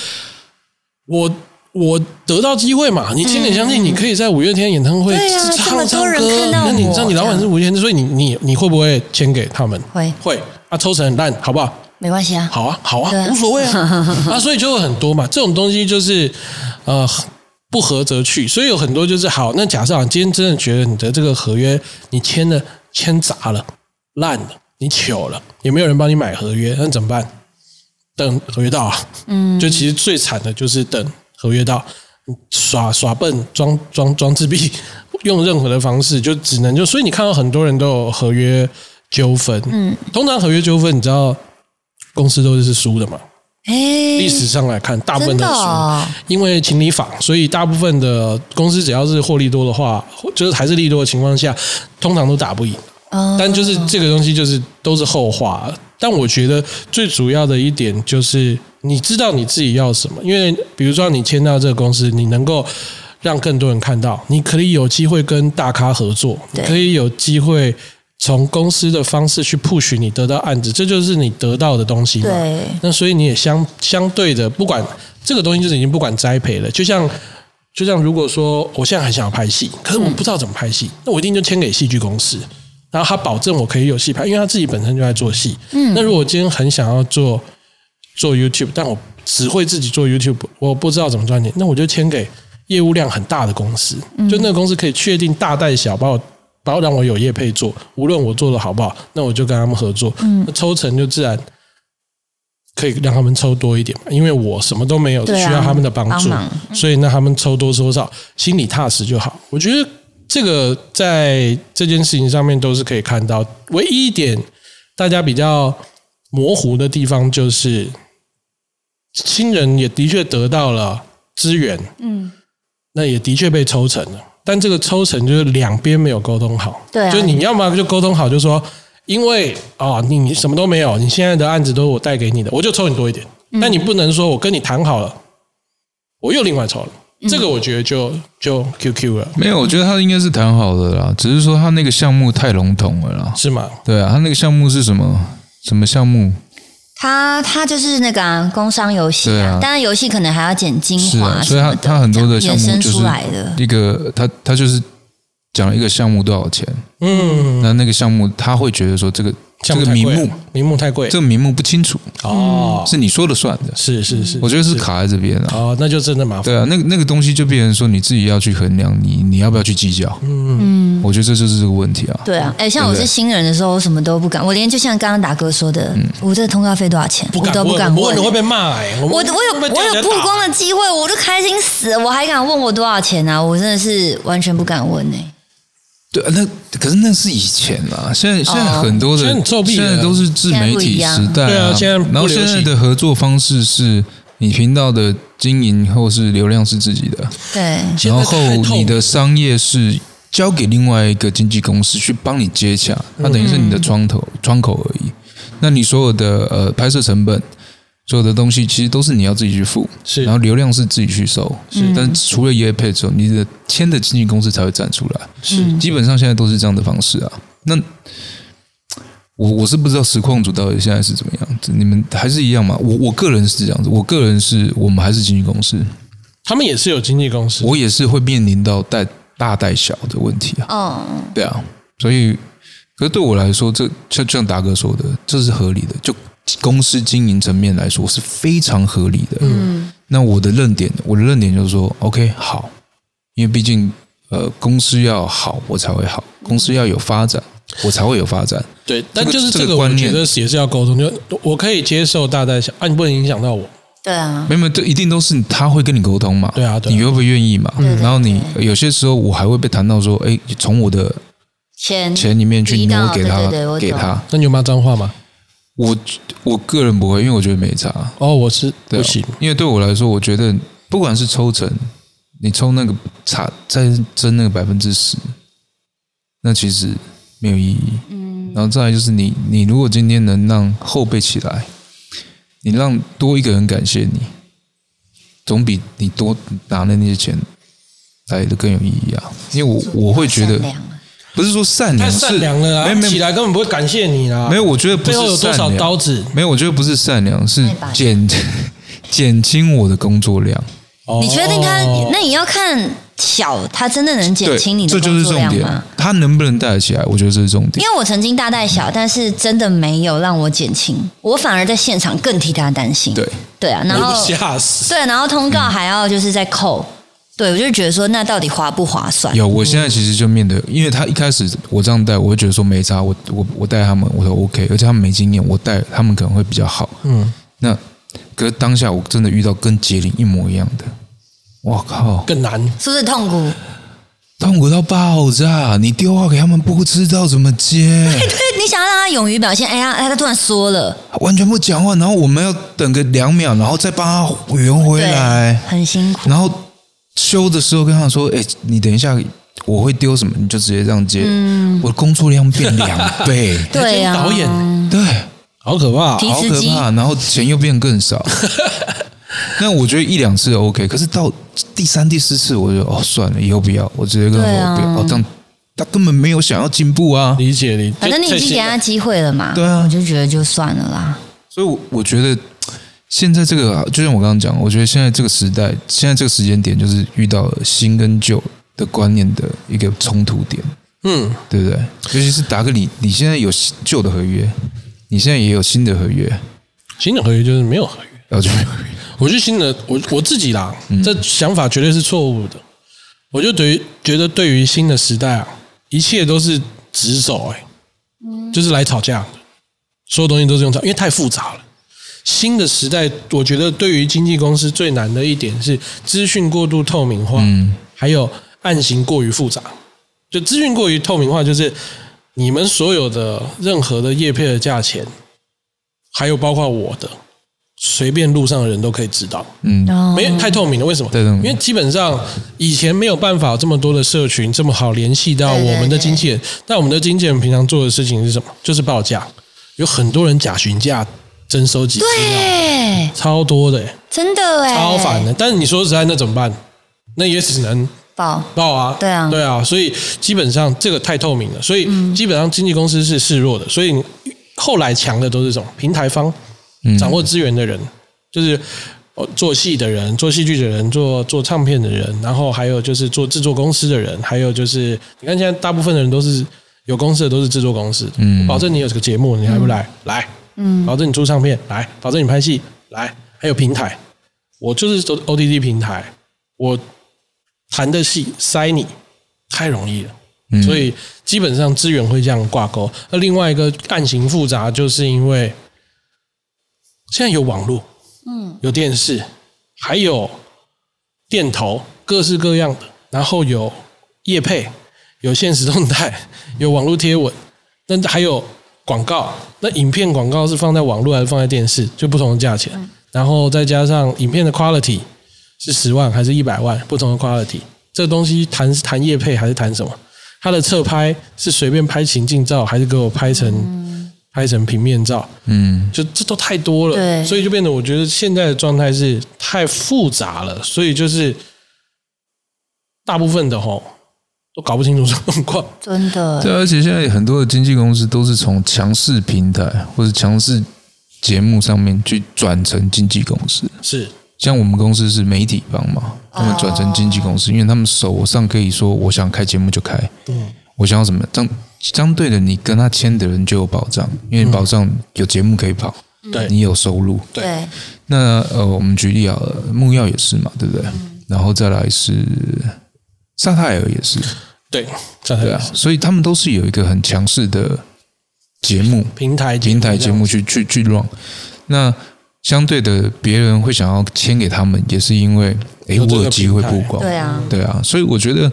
Speaker 1: 我我得到机会嘛，你亲眼相信你可以在五月天演唱会
Speaker 2: 嗯对啊
Speaker 1: 唱
Speaker 2: 这
Speaker 1: 唱
Speaker 2: 么多人
Speaker 1: 歌，
Speaker 2: 看到
Speaker 1: 那你
Speaker 2: 我
Speaker 1: 知道你老板是五月天，所以你你你会不会签给他们？
Speaker 2: 会
Speaker 1: 会啊，抽成很烂，好不好？
Speaker 2: 没关系啊，
Speaker 1: 好啊，好
Speaker 2: 对
Speaker 1: 啊
Speaker 2: 啊，
Speaker 1: 无所谓啊，
Speaker 2: [laughs]
Speaker 1: 啊，所以就有很多嘛，这种东西就是呃不合则去，所以有很多就是好。那假设啊，今天真的觉得你的这个合约你签了签砸了、烂了，你糗了，也没有人帮你买合约，那怎么办？等合约到啊，嗯，就其实最惨的就是等合约到，耍耍笨、装装装自闭， [laughs] 用任何的方式就只能就，所以你看到很多人都有合约纠纷，嗯，通常合约纠纷你知道公司都是输的嘛，
Speaker 2: 哎，
Speaker 1: 历史上来看，大部分
Speaker 2: 真
Speaker 1: 都
Speaker 2: 的
Speaker 1: 是
Speaker 2: 哦
Speaker 1: 因为情理法，所以大部分的公司只要是获利多的话，或就是还是利多的情况下，通常都打不赢。
Speaker 2: 哦
Speaker 1: 但就是这个东西，就是都是后话。但我觉得最主要的一点就是，你知道你自己要什么。因为比如说你签到这个公司，你能够让更多人看到，你可以有机会跟大咖合作，你
Speaker 2: 对
Speaker 1: 可以有机会从公司的方式去 push 你得到案子，这就是你得到的东西嘛。
Speaker 2: 对
Speaker 1: 那所以你也相相对的，不管这个东西就是已经不管栽培了，就像就像如果说我现在很想要拍戏，可是我不知道怎么拍戏，那我一定就签给戏剧公司，然后他保证我可以有戏拍，因为他自己本身就在做戏。嗯，那如果我今天很想要做做 YouTube，但我只会自己做 YouTube，我不知道怎么赚钱，那我就签给业务量很大的公司，
Speaker 2: 嗯
Speaker 1: 就那个公司可以确定大带小，把我把我让我有业配做，无论我做的好不好，那我就跟他们合作，
Speaker 2: 嗯
Speaker 1: 那抽成就自然。可以让他们抽多一点嘛，因为我什么都没有，
Speaker 2: 对啊
Speaker 1: 需要他们的帮助，
Speaker 2: 帮忙
Speaker 1: 所以那他们抽多抽少，心里踏实就好。我觉得这个在这件事情上面都是可以看到，唯一一点大家比较模糊的地方就是，亲人也的确得到了资源，
Speaker 2: 嗯，
Speaker 1: 那也的确被抽成了。但这个抽成就是两边没有沟通好，
Speaker 2: 对啊
Speaker 1: 就你要么就沟通好，就说因为啊、你你什么都没有，你现在的案子都是我带给你的，我就抽你多一点。
Speaker 2: 嗯
Speaker 1: 但你不能说我跟你谈好了，我又另外
Speaker 2: 嗯
Speaker 1: 抽了，这个我觉得就就 QQ 了，
Speaker 3: 没有，我觉得他应该是谈好的啦，只是说他那个项目太笼统了啦。
Speaker 1: 是吗？
Speaker 3: 对啊，他那个项目是什么？什么项目？
Speaker 2: 他他就是那个、啊、工商游戏、
Speaker 3: 对啊
Speaker 2: 当然游戏可能还要剪精
Speaker 3: 是
Speaker 2: 华
Speaker 3: 啊，
Speaker 2: 什
Speaker 3: 所以
Speaker 2: 么
Speaker 3: 他
Speaker 2: 的，
Speaker 3: 他很多的
Speaker 2: 这
Speaker 3: 项
Speaker 2: 样衍
Speaker 3: 目
Speaker 2: 生
Speaker 3: 就是
Speaker 2: 出来的，
Speaker 3: 一个，他他就是讲了一个项目多少钱，
Speaker 1: 嗯，
Speaker 3: 那那个项目他会觉得说这个这
Speaker 1: 项目
Speaker 3: 个
Speaker 1: 太
Speaker 3: 名
Speaker 1: 贵
Speaker 3: 目
Speaker 1: 了名目太贵
Speaker 3: 这个名目不清楚，
Speaker 1: 哦，
Speaker 3: 是你说了算的。
Speaker 1: 是是是，
Speaker 3: 我觉得是卡在这边啊。
Speaker 1: 哦，那就真的麻烦。
Speaker 3: 对啊，那个那个东西就变成说你自己要去衡量你，你要不要去计较？嗯，我觉得这就是这个问题啊。
Speaker 2: 对啊，哎、像
Speaker 3: 对
Speaker 2: 我
Speaker 3: 不
Speaker 2: 是
Speaker 3: 对
Speaker 2: 新人的时候，我什么都不敢，我连就像刚刚达哥说的，我这个通告费多少钱，
Speaker 1: 不
Speaker 2: 我
Speaker 1: 敢
Speaker 2: 都不敢
Speaker 1: 我
Speaker 2: 问。
Speaker 1: 会被骂哎、我
Speaker 2: 我我
Speaker 1: 我
Speaker 2: 有我有曝光啊的机会，我都开心死了，我还敢问我多少钱啊？我真的是完全不敢问哎、
Speaker 3: 对，那可是那是以前啊，现在现在
Speaker 2: 哦
Speaker 3: 很多的
Speaker 1: 现在很作弊
Speaker 3: 现
Speaker 1: 了
Speaker 3: 在都是自媒体时
Speaker 1: 现在
Speaker 3: 代
Speaker 1: 不一样对啊现在不
Speaker 3: 然后
Speaker 1: 流
Speaker 3: 现
Speaker 1: 行
Speaker 3: 在的合作方式是你频道的经营或是流量是自己的，
Speaker 2: 对，
Speaker 1: 现在太
Speaker 3: 然
Speaker 1: 透
Speaker 3: 后
Speaker 1: 明
Speaker 3: 你的商业是交给另外一个经纪公司去帮你接洽，
Speaker 1: 嗯
Speaker 3: 它等于是你的窗口窗口而已。那你所有的呃拍摄成本，所有的东西其实都是你要自己去付，
Speaker 1: 是
Speaker 3: 然后流量是自己去收，是。但除了业配之后，你的签的经纪公司才会站出来，
Speaker 1: 是
Speaker 3: 基本上现在都是这样的方式啊。那我我是不知道实况组到底现在是怎么样子，你们还是一样吗？我我个人是这样子，我个人是我们还是经纪公司，
Speaker 1: 他们也是有经纪公司，
Speaker 3: 我也是会面临到带大带小的问题啊，
Speaker 2: 哦，
Speaker 3: 对啊，所以可是对我来说，这就就像达哥说的，这是合理的，就公司经营层面来说是非常合理的。嗯，那我的论点，我的论点就是说，OK，好，因为毕竟呃，公司要好，我才会好；
Speaker 2: 嗯
Speaker 3: 公司要有发展，我才会有发展。
Speaker 1: 对，但就是
Speaker 3: 这
Speaker 1: 这个，
Speaker 3: 个
Speaker 1: 我
Speaker 3: 观
Speaker 1: 觉
Speaker 3: 念
Speaker 1: 得也是要沟通。就我可以接受大带小，啊，你不能影响到我。
Speaker 2: 对啊，
Speaker 3: 没有，没有这一定都是他会跟你沟通嘛。
Speaker 1: 对啊对啊
Speaker 3: 你愿不愿意嘛？
Speaker 2: 对对
Speaker 3: 然后你有些时候我还会被谈到说，哎，从我的
Speaker 2: 钱
Speaker 3: 钱里面去
Speaker 2: 提
Speaker 3: 挪
Speaker 2: 到
Speaker 3: 给他，
Speaker 2: 对对对我
Speaker 3: 给
Speaker 2: 懂
Speaker 3: 他。
Speaker 1: 那你有骂脏话吗？
Speaker 3: 我我个人不会，因为我觉得没差。
Speaker 1: 哦，我是
Speaker 3: 对
Speaker 1: 不
Speaker 3: 啊
Speaker 1: 行，
Speaker 3: 因为对我来说，我觉得不管是抽成，你抽那个差再争那个百分之十，那其实没有意义。嗯，然后再来就是你，你如果今天能让后辈起来，你让多一个人感谢你，总比你多拿了那些钱来的更有意义啊。因为我我会觉得
Speaker 2: 善，良啊
Speaker 3: 不是说善
Speaker 1: 太
Speaker 3: 良，
Speaker 1: 善
Speaker 3: 是
Speaker 1: 良了啊！
Speaker 3: 嗯没有没有
Speaker 1: 起来根本不会感谢你啦。
Speaker 3: 没有，，我觉得不
Speaker 1: 背
Speaker 3: 是
Speaker 1: 啊后有多
Speaker 3: 善
Speaker 1: 少
Speaker 3: 良
Speaker 1: 刀子？
Speaker 3: 没有，我觉得不是善良，是
Speaker 2: 太白了
Speaker 3: 减减轻我的工作量。
Speaker 2: 你确定他？
Speaker 1: 哦
Speaker 2: 那你要看小，他真的能减
Speaker 3: 对，
Speaker 2: 轻你的
Speaker 3: 这就
Speaker 2: 工
Speaker 3: 是
Speaker 2: 作
Speaker 3: 重
Speaker 2: 量
Speaker 3: 点
Speaker 2: 吗？。
Speaker 3: 他能不能带得起来？我觉得这是重
Speaker 2: 因
Speaker 3: 点。
Speaker 2: 为我曾经大带
Speaker 3: 嗯
Speaker 2: 小，但是真的没有让我减轻，我反而在现场更替他担心。
Speaker 3: 对，
Speaker 2: 对啊，然
Speaker 1: 我
Speaker 2: 后
Speaker 1: 吓死。
Speaker 2: 对，啊然后通
Speaker 3: 嗯
Speaker 2: 告还要就是在扣，对我就觉得说那到底划不划算？
Speaker 3: 有，我现在其实就面对，因为他一开始我这样带，我会觉得说没差，我我我带他们，我说 OK，而且他们没经验，我带他们可能会比较好。
Speaker 1: 嗯，
Speaker 3: 那可是当下我真的遇到跟杰林一模一样的，我靠，
Speaker 1: 更难。
Speaker 2: 是不是痛苦？哎
Speaker 3: 痛苦到爆炸！你电话给他们不知道怎么接，
Speaker 2: 对，你想要让他勇于表现，哎呀，哎他突然缩了，
Speaker 3: 完全不讲话，然后我们要等个两秒，然后再帮他圆回
Speaker 2: 对
Speaker 3: 来，，
Speaker 2: 很辛苦。
Speaker 3: 然后修的时候跟他说：“哎、你等一下，我会丢什么，你就直接这样接。
Speaker 2: 嗯
Speaker 3: 我的工作量变两倍，
Speaker 2: [laughs] 对呀、
Speaker 1: 他
Speaker 2: 啊
Speaker 1: 今天，导演
Speaker 3: 对，
Speaker 1: 好可怕、
Speaker 2: 提
Speaker 3: 好
Speaker 2: 司
Speaker 3: 可
Speaker 2: 机
Speaker 3: 怕，然后钱又变
Speaker 2: [laughs]
Speaker 3: 更少。那我觉得一两次 OK，可是到第三、第四次，我就哦算了，以后不要，我直接跟他
Speaker 2: 对
Speaker 3: 说
Speaker 2: 啊
Speaker 3: 我不要，哦这样他根本没有想要进步啊。
Speaker 1: 理解理解。
Speaker 2: 反正你已经给他机会了嘛，
Speaker 3: 对啊
Speaker 2: 我就觉得就算了啦。
Speaker 3: 所以我，我觉得现在这个啊，就像我刚刚讲，我觉得现在这个时代，现在这个时间点，就是遇到了新跟旧的观念的一个冲突点，
Speaker 1: 嗯，
Speaker 3: 对不对？尤其是达哥，你你现在有新旧的合约，你现在也有新的合约，
Speaker 1: 新的合约就是没有合约。
Speaker 3: 然后就没有合约
Speaker 1: 我是新的，我我自己啦，这想法绝对是错误的。我就对于觉得对于新的时代啊，一切都是直走、欸，就是来吵架的，所有东西都是用吵，因为太复杂了。新的时代，我觉得对于经纪公司最难的一点是资讯过度透明化，还有案型过于复杂。就资讯过于透明化，就是你们所有的任何的业配的价钱，还有包括我的，随便路上的人都可以知道。
Speaker 3: 嗯
Speaker 2: 然后
Speaker 1: 没太透明了，为什么？
Speaker 3: 对对
Speaker 1: 因为基本上以前没有办法有这么多的社群这么好联系到
Speaker 2: 对对
Speaker 1: 我们的经纪人，但我们的经纪人平常做的事情是什么？就是报价，有很多人假询价征收集资料，
Speaker 2: 对，
Speaker 1: 超多的、欸，
Speaker 2: 真的哎，
Speaker 1: 超烦的。但是你说实在，那怎么办？那也只能
Speaker 2: 爆，
Speaker 1: 报啊，
Speaker 2: 对啊
Speaker 1: 对啊，所以基本上这个太透明了，所以基本上经纪公司是示弱的，所以后来强的都是什么平台方，掌握资源的人，就是哦做戏的人、做戏剧的人、做做唱片的人，然后还有就是做制作公司的人，还有就是你看现在大部分的人都是有公司的都是制作公司，嗯，保证你有这个节目，你还不来、来，嗯，保证你出唱片来，保证你拍戏来，还有平台，我就是 O T T 平台，我谈的戏塞你太容易了。所以基本上资源会这样挂钩。那另外一个案情复杂，就是因为现在有网络，嗯，有电视，还有电投，各式各样的，然后有业配，有现实动态，有网络贴文，那还有广告。那影片广告是放在网络还是放在电视，就不同的价钱。然后再加上影片的 quality 是十万还是一百万，不同的 quality，这东西谈是谈业配还是谈什么？它的侧拍是随便拍情境照，还是给我拍成、
Speaker 2: 嗯
Speaker 1: 拍成平面照？
Speaker 3: 嗯，
Speaker 1: 就这都太多了，
Speaker 2: 对
Speaker 1: 所以就变得我觉得现在的状态是太复杂了，所以就是大部分的吼都搞不清楚状况。
Speaker 2: 真的，
Speaker 3: 对啊，而且现在很多的经纪公司都是从强势平台或者强势节目上面去转成经纪公司，
Speaker 1: 是，
Speaker 3: 像我们公司是媒体方
Speaker 1: 哦
Speaker 3: 嘛，他们转成经纪公司，因为他们手上可以说我想开节目就开，我想要什么，相相对的你跟他签的人就有保障，因为保障有节目可以跑，
Speaker 2: 嗯
Speaker 1: 对
Speaker 3: 你有收入。
Speaker 1: 对
Speaker 2: 对，
Speaker 3: 那呃，我们举例啊，木曜也是嘛，对不对？
Speaker 1: 嗯
Speaker 3: 然后再来是萨泰尔也是，
Speaker 1: 对，这
Speaker 3: 对啊，所以他们都是有一个很强势的节目，
Speaker 1: 平台
Speaker 3: 平台节目去去去 run。那相对的，别人会想要签给他们，也是因为诶，
Speaker 1: 有这
Speaker 3: 我
Speaker 1: 个
Speaker 3: 有机会
Speaker 1: 平台
Speaker 3: 曝光，
Speaker 2: 对啊
Speaker 3: 对啊，所以我觉得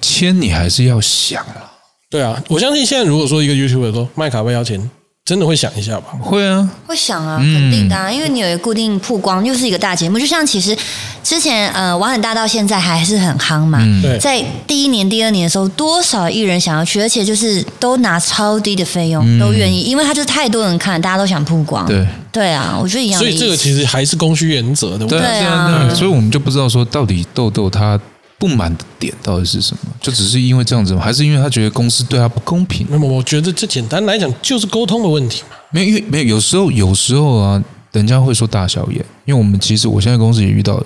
Speaker 3: 签你还是要想啊，
Speaker 1: 对啊，我相信现在如果说一个 YouTuber 说麦卡贝要钱，真的会想一下吧？
Speaker 3: 会啊，
Speaker 2: 会想啊，肯定的、啊，因为你有一个固定曝光，又是一个大节目。就像其实之前呃，瓦很大到现在还是很夯嘛。
Speaker 3: 嗯
Speaker 1: 对，
Speaker 2: 在第一年、第二年的时候，多少艺人想要去，而且就是都拿超低的费用，都愿意，因为他就是太多人看，大家都想曝光。
Speaker 3: 嗯对。
Speaker 2: 对啊，我觉得一样
Speaker 1: 所
Speaker 2: 的意
Speaker 1: 以
Speaker 2: 思。
Speaker 1: 这个其实还是供需原则的问
Speaker 3: 对
Speaker 1: 题。
Speaker 3: 啊，
Speaker 2: 对啊
Speaker 3: 对啊，对啊所以我们就不知道说到底豆豆他不满的点到底是什么，就只是因为这样子吗？还是因为他觉得公司对他不公平？
Speaker 1: 那么我觉得这简单来讲就是沟通的问题嘛。
Speaker 3: 没有，因为没有，有时候有时候啊，人家会说大小眼，因为我们其实我现在公司也遇到，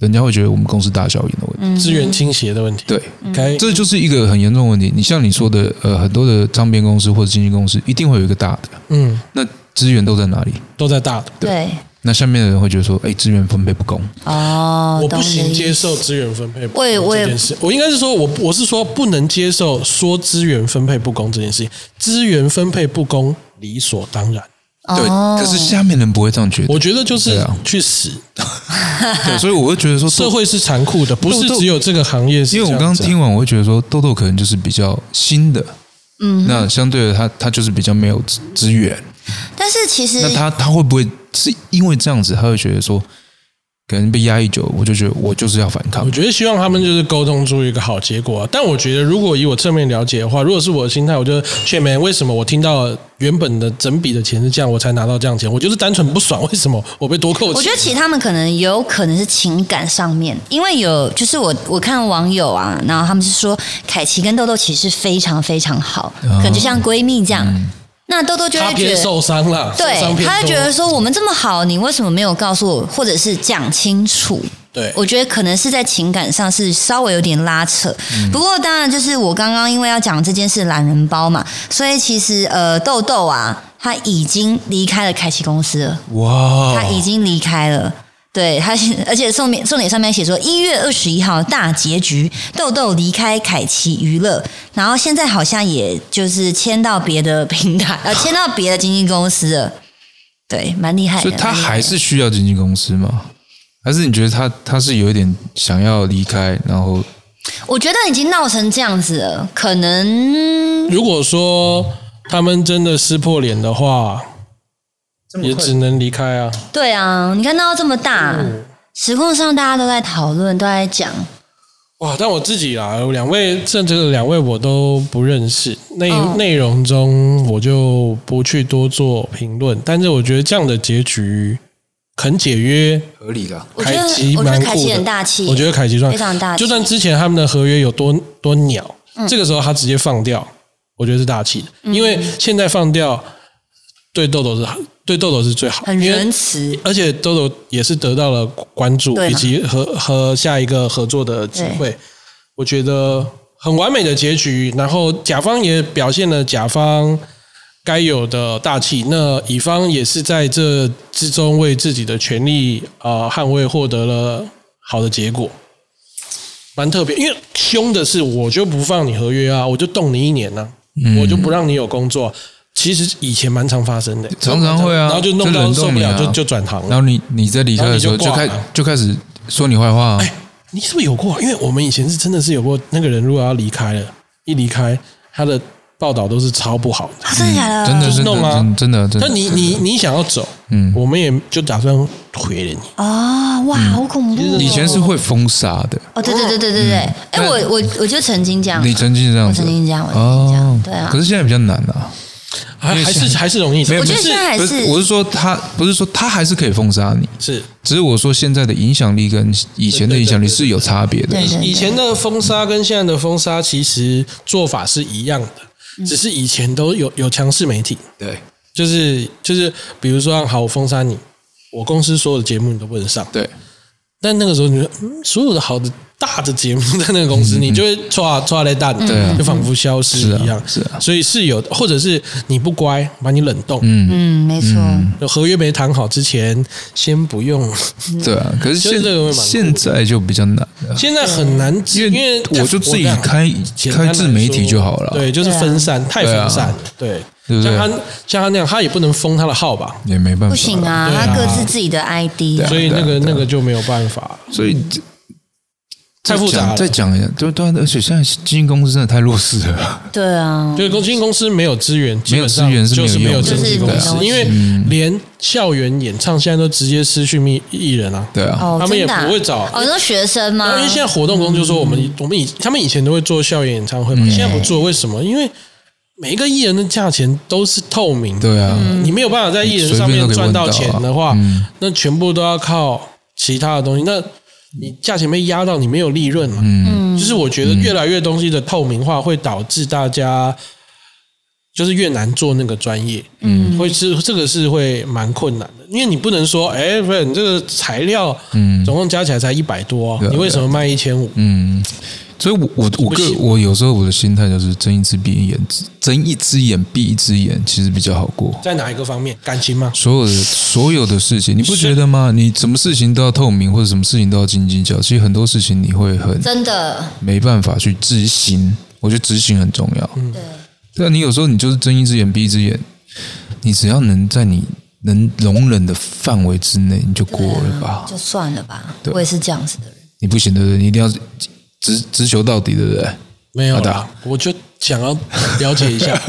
Speaker 3: 人家会觉得我们公司大小眼的问
Speaker 2: 嗯
Speaker 3: 题。
Speaker 1: 资源倾斜的问题。
Speaker 3: 对，
Speaker 1: ，OK，
Speaker 3: 这就是一个很严重的问题。你像你说的，呃，很多的唱片公司或者经纪公司一定会有一个大的，
Speaker 1: 嗯，
Speaker 3: 那资源都在哪里？
Speaker 1: 都在大的。
Speaker 2: 对
Speaker 3: 那下面的人会觉得说，哎，资源分配不公。
Speaker 2: 哦，
Speaker 1: 我
Speaker 2: 懂
Speaker 1: 不
Speaker 2: 你的
Speaker 1: 行
Speaker 2: 意
Speaker 1: 接
Speaker 2: 思
Speaker 1: 受资源分配不
Speaker 2: 我也
Speaker 1: 公
Speaker 2: 我也
Speaker 1: 这件事，我应该是说，我我是说不能接受说资源分配不公这件事情，资源分配不公理所当然，
Speaker 3: 对，
Speaker 2: 哦
Speaker 3: 可是下面人不会这样觉得
Speaker 1: 我。觉得就是
Speaker 3: 对啊
Speaker 1: 去死，
Speaker 3: 对， [laughs] 所以我会觉得说，
Speaker 1: 社会是残酷的，不是
Speaker 3: 都
Speaker 1: 只有这个行业是
Speaker 3: 因为我
Speaker 1: 这
Speaker 3: 刚
Speaker 1: 样
Speaker 3: 刚
Speaker 1: 子啊
Speaker 3: 听完，我会觉得说豆豆可能就是比较新的，嗯，那相对的他他就是比较没有资资源，
Speaker 2: 但是其实
Speaker 3: 那他他会不会是因为这样子，他会觉得说，可能被压抑久了，我就觉得我就是要反抗
Speaker 1: 我，觉得希望他们就是沟通出一个好结果、啊。但我觉得，如果以我正面了解的话，如果是我的心态，我就劝没为什么我听到原本的整笔的钱是这样，我才拿到这样钱，我就是单纯不爽，为什么我被多扣钱？
Speaker 2: 我觉得其实他们可能有可能是情感上面，因为有就是我我看网友啊，然后他们是说凯奇跟豆豆其实非常非常好，可能就像闺蜜这样。那豆豆
Speaker 1: [laughs]
Speaker 2: 就
Speaker 1: 他
Speaker 2: 会觉
Speaker 1: 偏
Speaker 2: 得，
Speaker 1: 受伤了，受伤
Speaker 2: 对，
Speaker 1: 偏
Speaker 2: 他会觉得
Speaker 1: 多
Speaker 2: 说我们这么好，你为什么没有告诉我，或者是讲清楚？
Speaker 1: 对，
Speaker 2: 我觉得可能是在情感上是稍微有点拉扯，
Speaker 1: 嗯
Speaker 2: 不过当然就是我刚刚因为要讲这件事懒人包嘛，所以其实呃豆豆啊他已经离开了凯奇公司了，
Speaker 3: 哇，
Speaker 1: 哦
Speaker 2: 他已经离开了。对他写，而且重点重点上面写说一月二十一号大结局，豆豆离开凯奇娱乐，然后现在好像也就是签到别的平台，呃，签到别的经纪公司了。对，蛮厉害的。
Speaker 3: 所以他
Speaker 2: 蛮厉害的
Speaker 3: 还是需要经纪公司吗？还是你觉得他他是有一点想要离开，然后
Speaker 2: 我觉得已经闹成这样子了，可能
Speaker 1: 如果说他们真的撕破脸的话，也只能离开啊。
Speaker 2: 对啊。你看闹到这么大，
Speaker 1: 哦
Speaker 2: 时空上大家都在讨论，都在讲，
Speaker 1: 哇！但我自己啦，有两位甚至两位我都不认识，内、
Speaker 2: 哦
Speaker 1: 内容中我就不去多做评论。但是我觉得这样的结局很解约，
Speaker 3: 合理的？
Speaker 2: 我觉得
Speaker 1: 凯奇
Speaker 2: 我觉
Speaker 1: 蛮酷的
Speaker 2: 得凯奇很大气，
Speaker 1: 我觉得凯奇算
Speaker 2: 非常大气嗯
Speaker 1: 就算之前他们的合约有多多鸟，这个时候他直接放掉，我觉得是大气的，因为现在放掉对豆豆是对豆豆是最好，
Speaker 2: 很
Speaker 1: 因为
Speaker 2: 仁慈。
Speaker 1: 而且豆豆也是得到了关注，
Speaker 2: 对啦
Speaker 1: 以及和和下一个合作的机会，我觉得很完美的结局。然后甲方也表现了甲方该有的大气，那乙方也是在这之中为自己的权利呃捍卫，获得了好的结果，蛮特别。因为凶的是，我就不放你合约啊，我就冻你一年呢、
Speaker 3: 嗯
Speaker 1: 我就不让你有工作。啊其实以前蛮常发生的，
Speaker 3: 常常会啊，
Speaker 1: 然后就弄到
Speaker 3: 冷
Speaker 1: 受
Speaker 3: 冻
Speaker 1: 不
Speaker 3: 你
Speaker 1: 了，
Speaker 3: 啊，
Speaker 1: 就就转行
Speaker 3: 然
Speaker 1: 了。
Speaker 3: 后你你在离开的时候
Speaker 1: 然后你
Speaker 3: 就
Speaker 1: 就挂
Speaker 3: 开
Speaker 1: 了哎
Speaker 3: 就开始说你坏话啊，
Speaker 1: 你是不是有过？因为我们以前是真的是有过，那个人如果要离开了，一离开他的报道都是超不好嗯的。
Speaker 2: 啊真的假的？
Speaker 3: 真的真的
Speaker 1: 弄啊
Speaker 3: 真真的真的。
Speaker 1: 但你你你想要走，
Speaker 3: 嗯
Speaker 1: 我们也就打算回了你。
Speaker 2: 啊，哇，
Speaker 1: 嗯
Speaker 2: 好恐怖哦！
Speaker 3: 以前是会封杀的，
Speaker 2: 哦，对对对对对对，哎、我我我就曾经这样，
Speaker 3: 你曾经是这样
Speaker 2: 我
Speaker 3: 子，
Speaker 2: 曾经这样，我曾经这样，
Speaker 3: 哦，
Speaker 2: 对啊。
Speaker 3: 可是现在比较难啊，
Speaker 1: 还还是还是容易走，
Speaker 2: 我觉得
Speaker 1: 是
Speaker 2: 现在还
Speaker 3: 不
Speaker 2: 是
Speaker 3: 我是说他不是说他还是可以封杀你，
Speaker 1: 是
Speaker 3: 只是我说现在的影响力跟以前的影响力是有差别的
Speaker 2: 对。对对
Speaker 1: 以前的封杀跟现在的封杀其实做法是一样
Speaker 2: 嗯
Speaker 1: 的，只是以前都有有强势媒体，
Speaker 3: 对
Speaker 1: 就是就是比如说好，我封杀你，我公司所有的节目你都不能上。
Speaker 3: 对，
Speaker 1: 但那个时候，你觉得、嗯、所有的好的大的节目 [laughs] 在那个公司，你就会抓抓来蛋，
Speaker 3: 嗯对啊
Speaker 1: 就仿佛消失
Speaker 3: 是啊
Speaker 1: 一样。
Speaker 3: 是啊
Speaker 1: 所以是有，或者是你不乖，把你冷冻。
Speaker 2: 嗯，没错，
Speaker 1: 就合约没谈好之前，先不用。 [laughs]
Speaker 3: 对啊。可是现
Speaker 1: 就这个会蛮酷的
Speaker 3: 现在就比较难了，
Speaker 1: 现在很难记，
Speaker 3: 因
Speaker 1: 因为
Speaker 3: 为我就自己
Speaker 1: 我跟你讲
Speaker 3: 开
Speaker 1: 简单
Speaker 3: 开
Speaker 1: 来
Speaker 3: 自媒体
Speaker 1: 说
Speaker 3: 就好了，啊
Speaker 1: 对，就是分散，太分散了。对，
Speaker 3: 对不对
Speaker 1: 像他像他那样，他也不能封他的号吧？
Speaker 3: 也没办
Speaker 2: 不
Speaker 3: 法，
Speaker 2: 行。啊，
Speaker 1: 对啊
Speaker 2: 他各自自己的 ID
Speaker 3: 对啊
Speaker 1: 所以那个
Speaker 3: 对啊
Speaker 1: 那个就没有办法，
Speaker 3: 所以这
Speaker 1: 太复杂了。
Speaker 3: 再讲再讲一下，对对，而且现在经纪公司真的太弱势了， [laughs]
Speaker 2: 对啊，
Speaker 1: [laughs] 就是公经纪公司没有资源，基本上
Speaker 3: 嗯没有资源
Speaker 1: 就是
Speaker 3: 是没
Speaker 1: 没
Speaker 3: 有
Speaker 1: 有
Speaker 3: 用啊
Speaker 1: 经纪公
Speaker 2: 就是
Speaker 1: 司，
Speaker 2: 没
Speaker 3: 嗯
Speaker 2: 有
Speaker 1: 因为连校园演唱现在都直接失去艺艺人啊。
Speaker 3: 对啊，
Speaker 2: 哦，
Speaker 1: 他们也
Speaker 2: 真的啊
Speaker 1: 不会找
Speaker 2: 哦，你说学生吗
Speaker 1: 然后？因为现在活动公就说我
Speaker 3: 嗯
Speaker 1: 们我们以他们以前都会做校园演唱会嘛，现在不做为什么？因为每一个艺人的价钱都是透明的，
Speaker 3: 对啊，
Speaker 2: 嗯
Speaker 1: 你没有办法在艺人上面赚到钱的话
Speaker 3: 随便都可以问到啊，
Speaker 1: 那全部都要靠其他的东西。那你价钱被压到，你没有利润嘛？嗯，就是我觉得越来越东西的透明化会导致大家就是越难做那个专业，嗯，会是这个是会蛮困难的，因为你不能说，哎，不是你这个材料，嗯，总共加起来才一百多，
Speaker 3: 对啊
Speaker 1: 你为什么卖一千五？
Speaker 3: 嗯，所以我我我个
Speaker 1: 不行
Speaker 3: 我有时候我的心态就是睁一只闭一眼，睁一只眼闭一只眼，其实比较好过。
Speaker 1: 在哪一个方面？感情吗？
Speaker 3: 所有的所有的事情，你不觉得吗？你什么事情都要透明，或者什么事情都要斤斤计较。其实很多事情你会很
Speaker 2: 真的，
Speaker 3: 没办法去执行，我觉得执行很重要。
Speaker 2: 对，
Speaker 3: 对啊，你有时候你就是睁一只眼闭一只眼，你只要能在你能容忍的范围之内，你就过了吧。
Speaker 2: 啊就算了吧，
Speaker 3: 对
Speaker 2: 我也是这样子的人。
Speaker 3: 你不行，对不对？你一定要直直球到底，对不对？
Speaker 1: 没有
Speaker 3: 好的 [laughs]
Speaker 1: 啦，我就想要了解一下。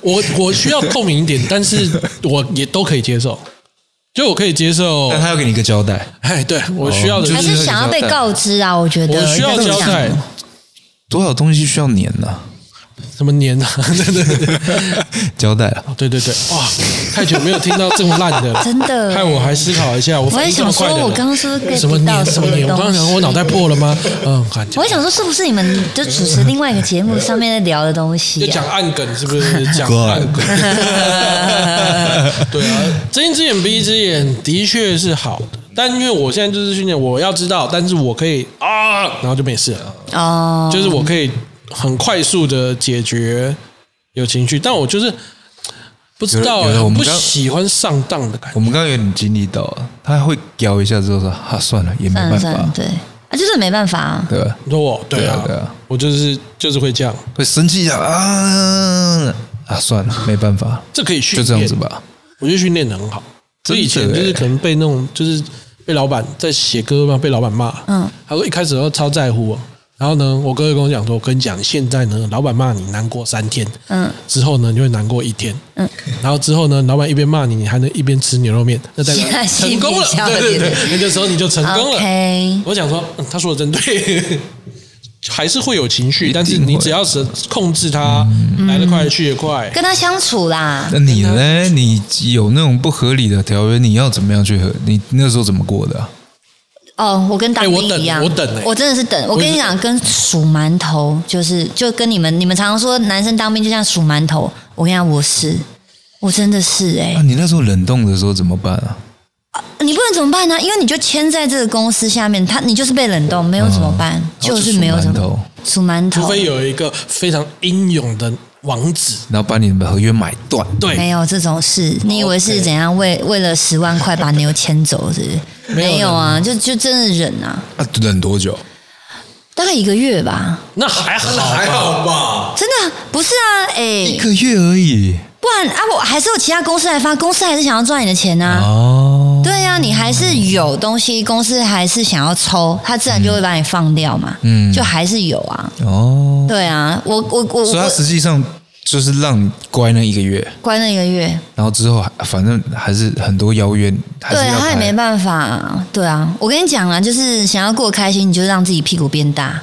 Speaker 1: 我我需要透明一点，但是我也都可以接受，就我可以接
Speaker 3: [laughs]
Speaker 1: 受
Speaker 3: 但。他要给你一个交代，
Speaker 1: 哎，对
Speaker 3: 哦
Speaker 1: 我需要的
Speaker 3: 就
Speaker 2: 还
Speaker 1: 是，
Speaker 2: 是想要被告知啊？我觉得
Speaker 1: 我需要
Speaker 2: 应该
Speaker 1: 交
Speaker 2: 这么讲
Speaker 1: 代
Speaker 3: 多少东西需要粘呢、
Speaker 1: 什么年啊？ [laughs] 对对对对
Speaker 3: [laughs] 交代啊，
Speaker 1: 对对对，哇，太久没有听到这么烂的，
Speaker 2: 真的
Speaker 1: 看我还思考一下，我
Speaker 2: 我
Speaker 1: 反
Speaker 2: 也
Speaker 1: 应这么
Speaker 2: 想说
Speaker 1: 快，的
Speaker 2: 我刚刚是不是
Speaker 1: 什么
Speaker 2: get 不到
Speaker 1: 年
Speaker 2: 什
Speaker 1: 什
Speaker 2: 么
Speaker 1: 么年？我刚刚
Speaker 2: 东
Speaker 1: 想
Speaker 2: 西？
Speaker 1: 我脑袋破了吗？嗯，感觉
Speaker 2: 我也想说，是不是你们就主持另外一个节目上面在聊的东
Speaker 1: 就
Speaker 2: 西
Speaker 1: 讲
Speaker 2: 啊？
Speaker 1: 暗梗是不是？
Speaker 3: [laughs]
Speaker 1: 讲暗梗，对啊，睁一只眼闭一只眼的确是好的，但因为我现在就是训练，我要知道，但是我可以啊，然后就没事了，
Speaker 2: 哦，
Speaker 1: 就是我可以很快速的解决有情绪，但我就是不知道、
Speaker 3: 有的有的
Speaker 1: 我
Speaker 3: 我们
Speaker 1: 不
Speaker 3: 刚
Speaker 1: 喜欢上当的感
Speaker 3: 我
Speaker 1: 觉。
Speaker 3: 们刚刚有点经历到啊，他会咬一下之后说啊，算了，也没
Speaker 2: 算了
Speaker 3: 办
Speaker 2: 算了
Speaker 3: 法，，
Speaker 2: 对啊，就是没办法啊。
Speaker 3: 对吧？
Speaker 1: 你说我对啊，
Speaker 3: 对啊对啊
Speaker 1: 我就是就是会这样，
Speaker 3: 会生气啊啊啊，算了，没办法，
Speaker 1: 这可以训
Speaker 3: 就
Speaker 1: 练，
Speaker 3: 这样子，吧。
Speaker 1: 我觉得训练的很好。
Speaker 3: 真
Speaker 1: 所
Speaker 3: 的
Speaker 1: 以以前就是可能被那种就是被老板在写歌嘛，被老板骂，
Speaker 2: 嗯，
Speaker 1: 他说一开始都超在乎我，然后呢，我哥就跟我讲说，我跟你讲，现在呢，老板骂你难过三天，
Speaker 2: 嗯，
Speaker 1: 之后呢，你就会难过一天，
Speaker 2: 嗯，
Speaker 1: 然后之后呢，老板一边骂你，你还能一边吃牛肉面，那代表成
Speaker 2: 心
Speaker 1: 功了，
Speaker 2: 比较
Speaker 1: 对对对
Speaker 2: 有，
Speaker 1: 那个时候你就成功了。
Speaker 2: OK，
Speaker 1: 我想说，嗯他说的真对，还是会有情绪，但是
Speaker 3: 一定会
Speaker 1: 你只要是控制它，
Speaker 2: 嗯
Speaker 1: 来得快去得快，
Speaker 2: 跟他相处啦，
Speaker 3: 那你呢？你有那种不合理的条约，你要怎么样去和？你那时候怎么过的啊、
Speaker 2: 哦，我跟大
Speaker 1: 哎我
Speaker 2: 兵
Speaker 1: 等
Speaker 2: 一样，
Speaker 1: 我等哎
Speaker 2: 我真的是等。我
Speaker 1: 我也
Speaker 2: 跟
Speaker 1: 是
Speaker 2: 你讲，跟数馒头就是，就跟你们，你们常常说男生当兵就像数馒头。我跟你讲，我是，我真的是哎、
Speaker 1: 嗯
Speaker 3: 啊，你那时候冷冻的时候怎么办啊？
Speaker 2: 你不能怎么办呢、因为你就签在这个公司下面，他你就是被冷
Speaker 1: 嗯
Speaker 2: 冻，没有怎么
Speaker 1: 哦
Speaker 2: 办，
Speaker 3: 然后
Speaker 2: 就
Speaker 3: 就是
Speaker 2: 没有
Speaker 3: 数馒
Speaker 2: 怎么
Speaker 3: 头
Speaker 2: 数馒头，
Speaker 1: 除非有一个非常英勇的王子，
Speaker 3: 然后把你的合约买断。
Speaker 1: 对，
Speaker 2: 没有这种事。你以为是
Speaker 1: 哦 OK
Speaker 2: 怎样为为了十万块把牛牵走是不是？
Speaker 1: 没有
Speaker 2: 没有啊，就就真的忍啊，
Speaker 3: 啊，冷多久？
Speaker 2: 大概一个月吧，
Speaker 1: 那还好，还好吧？
Speaker 2: 真的不是啊，哎、
Speaker 3: 哦一个月而已。
Speaker 2: 不然啊，我还是有其他公司来发，公司还是想要赚你的钱呐、
Speaker 3: 哦，
Speaker 2: 对呀、你还是有东西，公司还是想要抽，他自然就会把你放掉嘛。
Speaker 3: 嗯
Speaker 2: 就还是有啊。
Speaker 3: 哦，
Speaker 2: 对啊，我我我
Speaker 3: 所以他
Speaker 2: 我
Speaker 3: 实际上就是让你乖那一个月，
Speaker 2: 关了一个月，
Speaker 3: 然后之后还反正还是很多邀约，还是
Speaker 2: 对
Speaker 3: 要
Speaker 2: 他也
Speaker 3: 拍
Speaker 2: 没办法、对啊，我跟你讲啊，就是想要过开心，你就让自己屁股变
Speaker 3: [laughs]
Speaker 2: 大，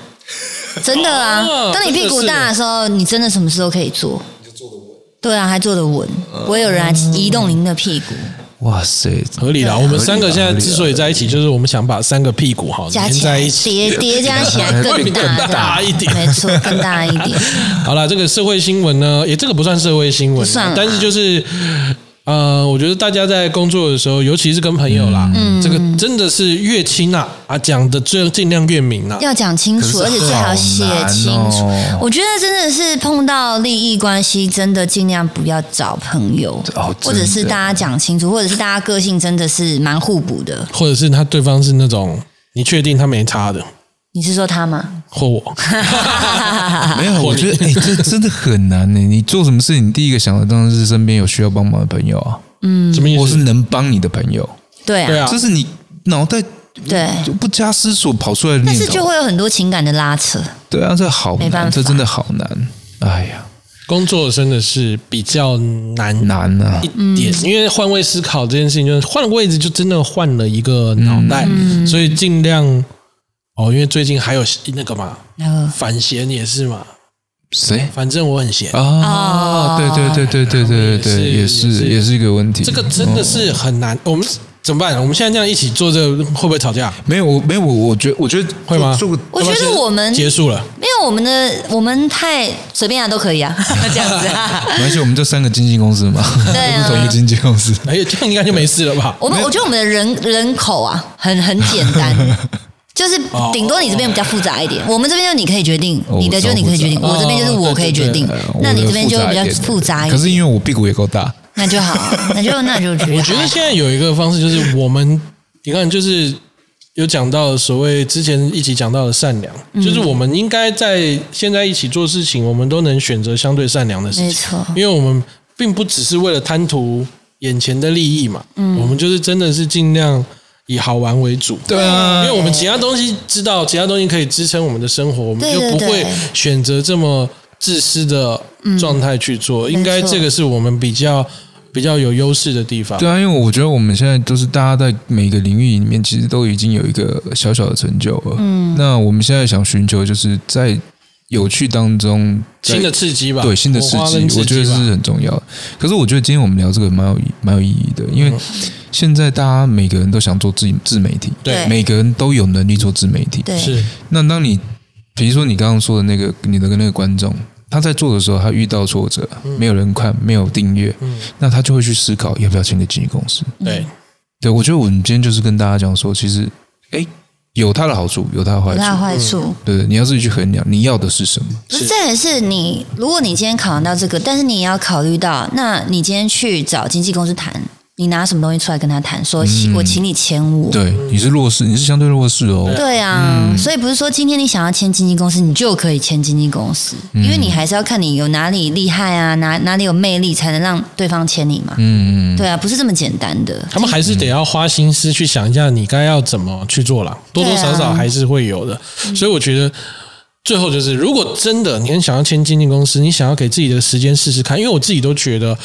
Speaker 2: 真的啊。
Speaker 1: 哦
Speaker 2: 当你屁股大的时候，你真的什么事都可以做，对啊，还坐得稳，不会有人来移动您的屁股。
Speaker 3: 哇塞，
Speaker 1: 合理啦，
Speaker 2: 对
Speaker 1: 我们三个现在之所以在一起，就是我们想把三个屁股好
Speaker 2: 加
Speaker 1: 粘
Speaker 2: 起
Speaker 1: 在
Speaker 2: 来
Speaker 1: 一起。
Speaker 2: 叠叠加起来
Speaker 1: [laughs]
Speaker 2: 更大，
Speaker 1: 更大一点
Speaker 2: 没错，更大一
Speaker 3: [laughs]
Speaker 2: 点。
Speaker 1: 好了，这个社会新闻呢，也这个不算社会新闻
Speaker 2: 不算
Speaker 1: 啊
Speaker 2: 啦，
Speaker 1: 但是就是。呃，我觉得大家在工作的时候，尤其是跟朋友啦，
Speaker 2: 嗯
Speaker 1: 这个真的是越亲啊啊，讲的最尽量越明啊。
Speaker 2: 要讲清楚，
Speaker 3: 可
Speaker 2: 而
Speaker 3: 是
Speaker 2: 且最好写清楚
Speaker 3: 好难哦。
Speaker 2: 我觉得真的是碰到利益关系，真的尽量不要找朋友
Speaker 3: 哦，
Speaker 2: 或者是
Speaker 3: 真的
Speaker 2: 大家讲清楚，或者是大家个性真的是蛮互补的。
Speaker 1: 或者是他对方是那种你确定他没差的，
Speaker 2: 你是说他
Speaker 3: [laughs]
Speaker 2: 吗？
Speaker 1: 或我
Speaker 3: 没有，我觉得哎、这真的很难呢。你做什么事情，第一个想的当然是身边有需要帮忙的朋友啊，
Speaker 2: 嗯
Speaker 1: 什么意
Speaker 3: 或
Speaker 1: 思？
Speaker 3: 是能帮你的朋友，
Speaker 2: 对
Speaker 1: 对
Speaker 2: 啊，
Speaker 1: 啊
Speaker 3: 这，是你脑袋
Speaker 2: 对。
Speaker 3: 就不加思索跑出来的
Speaker 2: 但
Speaker 3: 念
Speaker 2: 是就
Speaker 3: 头。
Speaker 2: 会有很多情感的拉扯，
Speaker 3: 对啊，这好
Speaker 2: 没办
Speaker 3: 难，
Speaker 2: 法
Speaker 3: 这真的好难。哎呀，
Speaker 1: 工作真的是比较难
Speaker 3: 难啊！
Speaker 1: 一点，
Speaker 2: 嗯
Speaker 1: 因为换位思考这件事情，就是换了位置就真的换了一个脑袋，
Speaker 3: 嗯
Speaker 1: 所以尽量哦，因为最近还有那个嘛，
Speaker 2: 然后
Speaker 1: 反闲也是嘛，
Speaker 3: 谁
Speaker 1: 反正我很闲，
Speaker 3: 哦
Speaker 2: 哦
Speaker 3: 啊？对对对对对对对对，
Speaker 1: 也
Speaker 3: 也
Speaker 1: 是
Speaker 3: 是也是一个问题。哦
Speaker 1: 这个真的是很难。我们怎么办？我们现在这样一起做，这个会不会吵架？
Speaker 3: 没有，我没有，我我觉我觉得
Speaker 1: 会吗
Speaker 3: 做做个
Speaker 2: 我觉得我们
Speaker 1: 结束了，
Speaker 2: 没有我们的，我们太随便啊都可以啊， [laughs] 这样子啊。
Speaker 3: 没关系，我们就三个经纪公司嘛，
Speaker 2: 对啊
Speaker 3: 不同一个经纪公司。
Speaker 1: 哎，这样应该就没事了吧？
Speaker 2: 我们我觉得我们的人人口啊，很很简
Speaker 1: [laughs]
Speaker 2: 单，就是
Speaker 1: 哦
Speaker 2: 顶多你这边比较复杂一点。我们这边就你可以决定，
Speaker 3: 哦
Speaker 2: 你的就你可以决定，
Speaker 1: 我知道
Speaker 2: 我这边就是我可以决定
Speaker 1: 哦对
Speaker 3: 呃，
Speaker 2: 那你
Speaker 3: 我的
Speaker 2: 这边就
Speaker 3: 复杂
Speaker 2: 比较
Speaker 3: 一点
Speaker 2: 复杂一
Speaker 3: 可是
Speaker 2: 点，
Speaker 3: 因为我屁股也够大，
Speaker 2: 那就好，
Speaker 1: [laughs]
Speaker 2: 那就那就觉得
Speaker 1: 我觉得现在有一个方式，就是 [laughs] 我们你看，就是有讲到所谓之前一起讲到的善良，
Speaker 2: 嗯
Speaker 1: 就是我们应该在现在一起做事情，我们都能选择相对善良的事情，
Speaker 2: 没错
Speaker 1: 因为我们并不只是为了贪图眼前的利益嘛，
Speaker 2: 嗯
Speaker 1: 我们就是真的是尽量以好玩为主，
Speaker 3: 对啊
Speaker 1: 因为我们其他东西知道，其他东西可以支撑我们的生活，我们
Speaker 2: 对
Speaker 1: 就
Speaker 2: 对
Speaker 1: 不
Speaker 2: 对
Speaker 1: 会选择这么自私的状态去做，应该
Speaker 2: 没错
Speaker 1: 这个是我们比较比较有优势的地方。
Speaker 3: 对啊，因为我觉得我们现在都是大家在每个领域里面，其实都已经有一个小小的成就了。嗯，那我们现在想寻求，就是在有趣当中，在
Speaker 1: 新的刺激吧，
Speaker 3: 对新的
Speaker 1: 火
Speaker 3: 刺
Speaker 1: 花
Speaker 3: 激
Speaker 1: 跟，
Speaker 3: 我觉得这
Speaker 1: 吧
Speaker 3: 是很重要的。可是我觉得今天我们聊这个蛮有意蛮有意义的，
Speaker 2: 嗯
Speaker 3: 因为现在大家每个人都想做自己自媒体，
Speaker 2: 对
Speaker 3: 每个人都有能力做自媒体。
Speaker 2: 对，
Speaker 1: 是
Speaker 3: 那当你比如说你刚刚说的那个你的那个观众，他在做的时候，他遇到挫折，
Speaker 2: 嗯
Speaker 3: 没有人看，没有订阅，那他就会去思考要不要成立经纪公司。
Speaker 2: 嗯
Speaker 1: 对，
Speaker 3: 对，我觉得我们今天就是跟大家讲说，其实哎，有它的好处，有它的坏
Speaker 2: 有它的
Speaker 3: 处。
Speaker 2: 坏
Speaker 1: 嗯
Speaker 2: 处。
Speaker 3: 对，你要自己去衡量你要的是什么。
Speaker 2: 不是，这也是你，如果你今天考量到这个，但是你也要考虑到，那你今天去找经纪公司谈，你拿什么东西出来跟他谈，说
Speaker 1: 嗯
Speaker 2: 请我请你签我。
Speaker 3: 对，你是弱势，你是相对弱势哦。
Speaker 2: 对啊，所以不是说今天你想要签经纪公司，你就可以签经纪公司，因为你还是要看你有哪里厉害啊，哪哪里有魅力，才能让对方签你嘛。
Speaker 3: 嗯，
Speaker 2: 对啊，不是这么简单的。
Speaker 1: 他们还是得要花心思去想一下你该要怎么去做啦，多多少
Speaker 2: 对
Speaker 1: 少
Speaker 2: 啊嗯
Speaker 1: 还是会有的。所以我觉得最后就是，如果真的你很想要签经纪公司，你想要给自己的时间试试看，因为我自己都觉得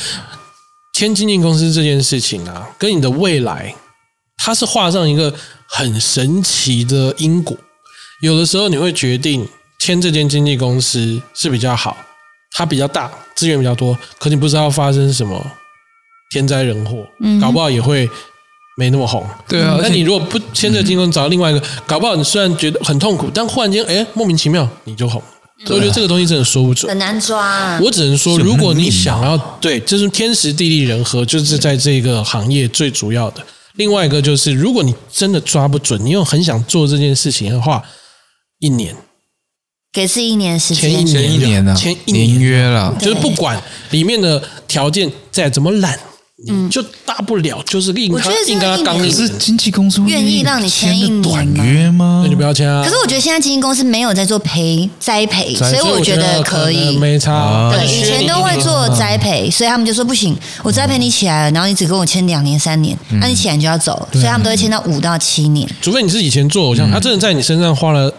Speaker 1: 签经纪公司这件事情啊，跟你的未来它是画上一个很神奇的因果。有的时候你会决定签这间经纪公司是比较好，它比较大，资源比较多，可你不知道发生什么天灾人祸，搞不好也会没那么红。嗯
Speaker 3: 对啊，
Speaker 1: 那
Speaker 3: 而且
Speaker 1: 你如果不签这个金工，找另外一个，搞不好你虽然觉得很痛苦，但忽然间，哎，莫名其妙你就红。所以我觉得这个东西真的说不准。
Speaker 2: 很难抓、啊。
Speaker 1: 我只能说，
Speaker 3: 是
Speaker 1: 如果你
Speaker 3: 命
Speaker 1: 想要对，这是天时地利人和，就是在这个行业最主要的。另外一个就是，如果你真的抓不准，你又很想做这件事情的话，一年
Speaker 2: 给自己一年时
Speaker 1: 前一
Speaker 2: 间，
Speaker 3: 前一年
Speaker 1: 年
Speaker 3: 啊，
Speaker 1: 啊前一
Speaker 3: 年约啦，
Speaker 1: 就是不管里面的条件再怎么懒，你就大不了就是硬
Speaker 2: 嗯我
Speaker 1: 他
Speaker 2: 觉得这
Speaker 1: 硬跟他
Speaker 2: 一
Speaker 1: 刚
Speaker 2: 年
Speaker 1: 硬
Speaker 3: 可，是经纪公司会
Speaker 2: 愿意让你签
Speaker 3: 的
Speaker 2: 一年
Speaker 3: 短
Speaker 2: 吗
Speaker 3: 约吗？
Speaker 1: 那就不要签啊。
Speaker 2: 可是我觉得现在经纪公司没有在做培栽培，
Speaker 3: 栽
Speaker 2: 所
Speaker 3: 培
Speaker 2: 以我觉得可
Speaker 1: 能
Speaker 2: 以。
Speaker 1: 没差。
Speaker 3: 啊
Speaker 2: 对，
Speaker 1: 但是
Speaker 2: 以前都会做栽培，所以他们就说不行，我栽培你起来了，然后你只跟我签两年、三年，那你起来你就要走了，所以他们都会签到五到七年。
Speaker 1: 除非你是以前做偶像，他真的在你身上花了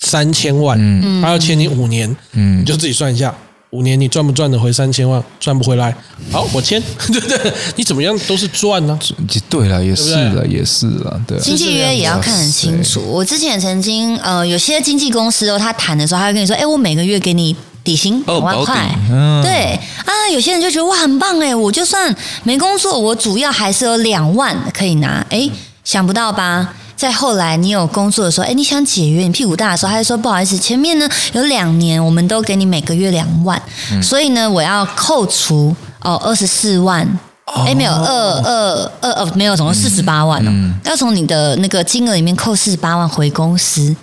Speaker 1: 三千万，他要签你五年，你就自己算一下，五年你赚不赚得回三千万？赚不回来，好，我签， [laughs] 对不对？你怎么样都是赚啊呢、
Speaker 3: 也对啦，也是
Speaker 1: 对不
Speaker 3: 啦，也是啦，对啊。
Speaker 2: 经纪约也要看很清楚。我之前曾经呃，有些经纪公司哦，他谈的时候，他会跟你说，哎、我每个月给你底薪
Speaker 3: 哦
Speaker 2: 两万
Speaker 3: 保底
Speaker 2: 块，
Speaker 3: 嗯
Speaker 2: 对啊，有些人就觉得哇，很棒哎，我就算没工作，我主要还是有两万可以拿，哎，想不到吧？再后来，你有工作的时候，哎，你想解约，你屁股大的时候，他就说不好意思，前面呢有两年，我们都给你每个月两万，所以呢，我要扣除哦二十四万哎，没有二二二呃，没有，总共四十八万哦，要从你的那个金额里面扣四十八万回公司。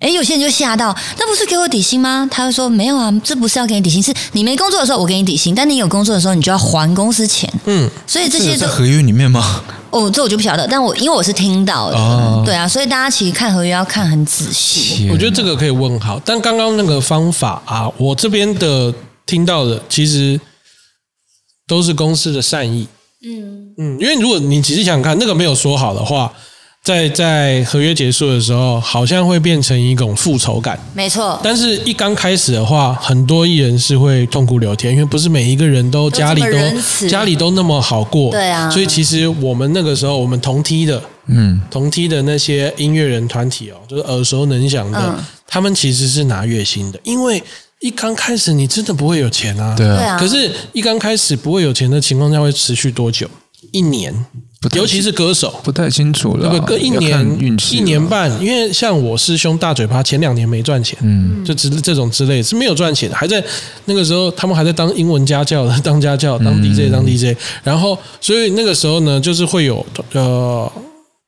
Speaker 2: 哎，有些人就吓到，那不是给我底薪吗？他就说没有啊，这不是要给你底薪，是你没工作的时候我给你底薪，但你有工作的时候你就要还公司钱。
Speaker 1: 嗯，
Speaker 2: 所以这
Speaker 3: 这
Speaker 2: 些
Speaker 3: 个在
Speaker 2: 都
Speaker 3: 合约里面吗？
Speaker 2: 哦，这我就不晓得，但我因为我是听到的，
Speaker 3: 哦
Speaker 2: 对啊，所以大家其实看合约要看很仔细。
Speaker 1: 我觉得这个可以问好，但刚刚那个方法啊，我这边的听到的其实都是公司的善意。嗯嗯，因为如果你仔细想想看，那个没有说好的话，在在合约结束的时候，好像会变成一种复仇感。
Speaker 2: 没错，
Speaker 1: 但是，一刚开始的话，很多艺人是会痛哭流涕，因为不是每一个人都
Speaker 2: 都这么
Speaker 1: 家里
Speaker 2: 仁
Speaker 1: 都
Speaker 2: 慈
Speaker 1: 家里都那么好过。
Speaker 2: 对啊
Speaker 1: 所以其实我们那个时候，我们同梯的，
Speaker 3: 嗯，
Speaker 1: 同梯的那些音乐人团体哦，就是耳熟能详的，
Speaker 2: 嗯
Speaker 1: 他们其实是拿月薪的，因为一刚开始你真的不会有钱啊。
Speaker 3: 对
Speaker 2: 对
Speaker 3: 啊，
Speaker 2: 啊，
Speaker 1: 可是，一刚开始不会有钱的情况下，会持续多久？一年，
Speaker 3: 不太
Speaker 1: 尤其是歌手，
Speaker 3: 不太清楚了，
Speaker 1: 那个一
Speaker 3: 要看
Speaker 1: 年
Speaker 3: 运
Speaker 1: 一
Speaker 3: 气啦
Speaker 1: 年半，因为像我师兄大嘴巴前两年没赚钱，嗯，就之这种之类是没有赚钱的，还在那个时候他们还在当英文家教的，当家教当
Speaker 3: 嗯
Speaker 1: DJ 当 DJ，然后所以那个时候呢，就是会有呃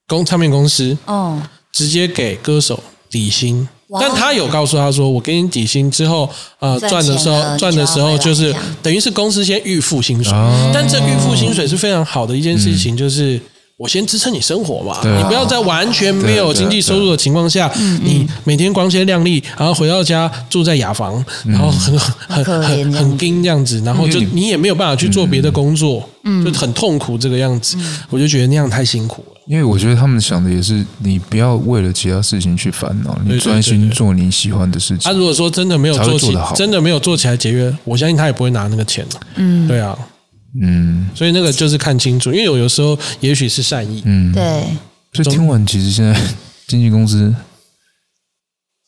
Speaker 1: 公唱片公司
Speaker 2: 哦，
Speaker 1: 直接给歌手底薪。
Speaker 2: 哇
Speaker 1: 但他有告诉他说：“我给你底薪之后，呃，
Speaker 2: 赚
Speaker 1: 赚的时
Speaker 2: 钱
Speaker 1: 候
Speaker 2: 了
Speaker 1: 赚的时
Speaker 2: 你
Speaker 1: 候
Speaker 2: 就要
Speaker 1: 就是
Speaker 2: 回来这样
Speaker 1: 等于是公司先预付薪水，
Speaker 3: 哦
Speaker 1: 但这预付薪水是非常好的一件事情，就是我先支撑你生活嘛，
Speaker 3: 对
Speaker 1: 你不要在完全没有
Speaker 3: 对对
Speaker 1: 经济收入的情况下，
Speaker 2: 嗯
Speaker 1: 你每天光鲜亮丽，然后回到家住在雅房，然后很很
Speaker 2: 很可怜
Speaker 1: 很
Speaker 2: 这样
Speaker 1: 很盯这样子，然后就
Speaker 3: 因为
Speaker 1: 你也没有办法去做别的工作，嗯，就很痛苦这个样子，
Speaker 2: 嗯
Speaker 1: 我就觉得那样太辛苦了。
Speaker 3: 因为我觉得他们想的也是，你不要为了其他事情去烦恼，
Speaker 1: 对
Speaker 3: 你
Speaker 1: 对
Speaker 3: 专心做你喜欢的事
Speaker 1: 他、
Speaker 3: 情。
Speaker 1: 啊如果说真的没有
Speaker 3: 才会
Speaker 1: 做
Speaker 3: 做
Speaker 1: 起
Speaker 3: 得好，
Speaker 1: 真的没有做起来节约，我相信他也不会拿那个钱嗯，对啊，
Speaker 3: 嗯
Speaker 1: 所以那个就是看清楚，因为有有时候也许是善意，
Speaker 3: 嗯，
Speaker 2: 对，
Speaker 3: 所以听完，其实现在 [laughs] 经纪公司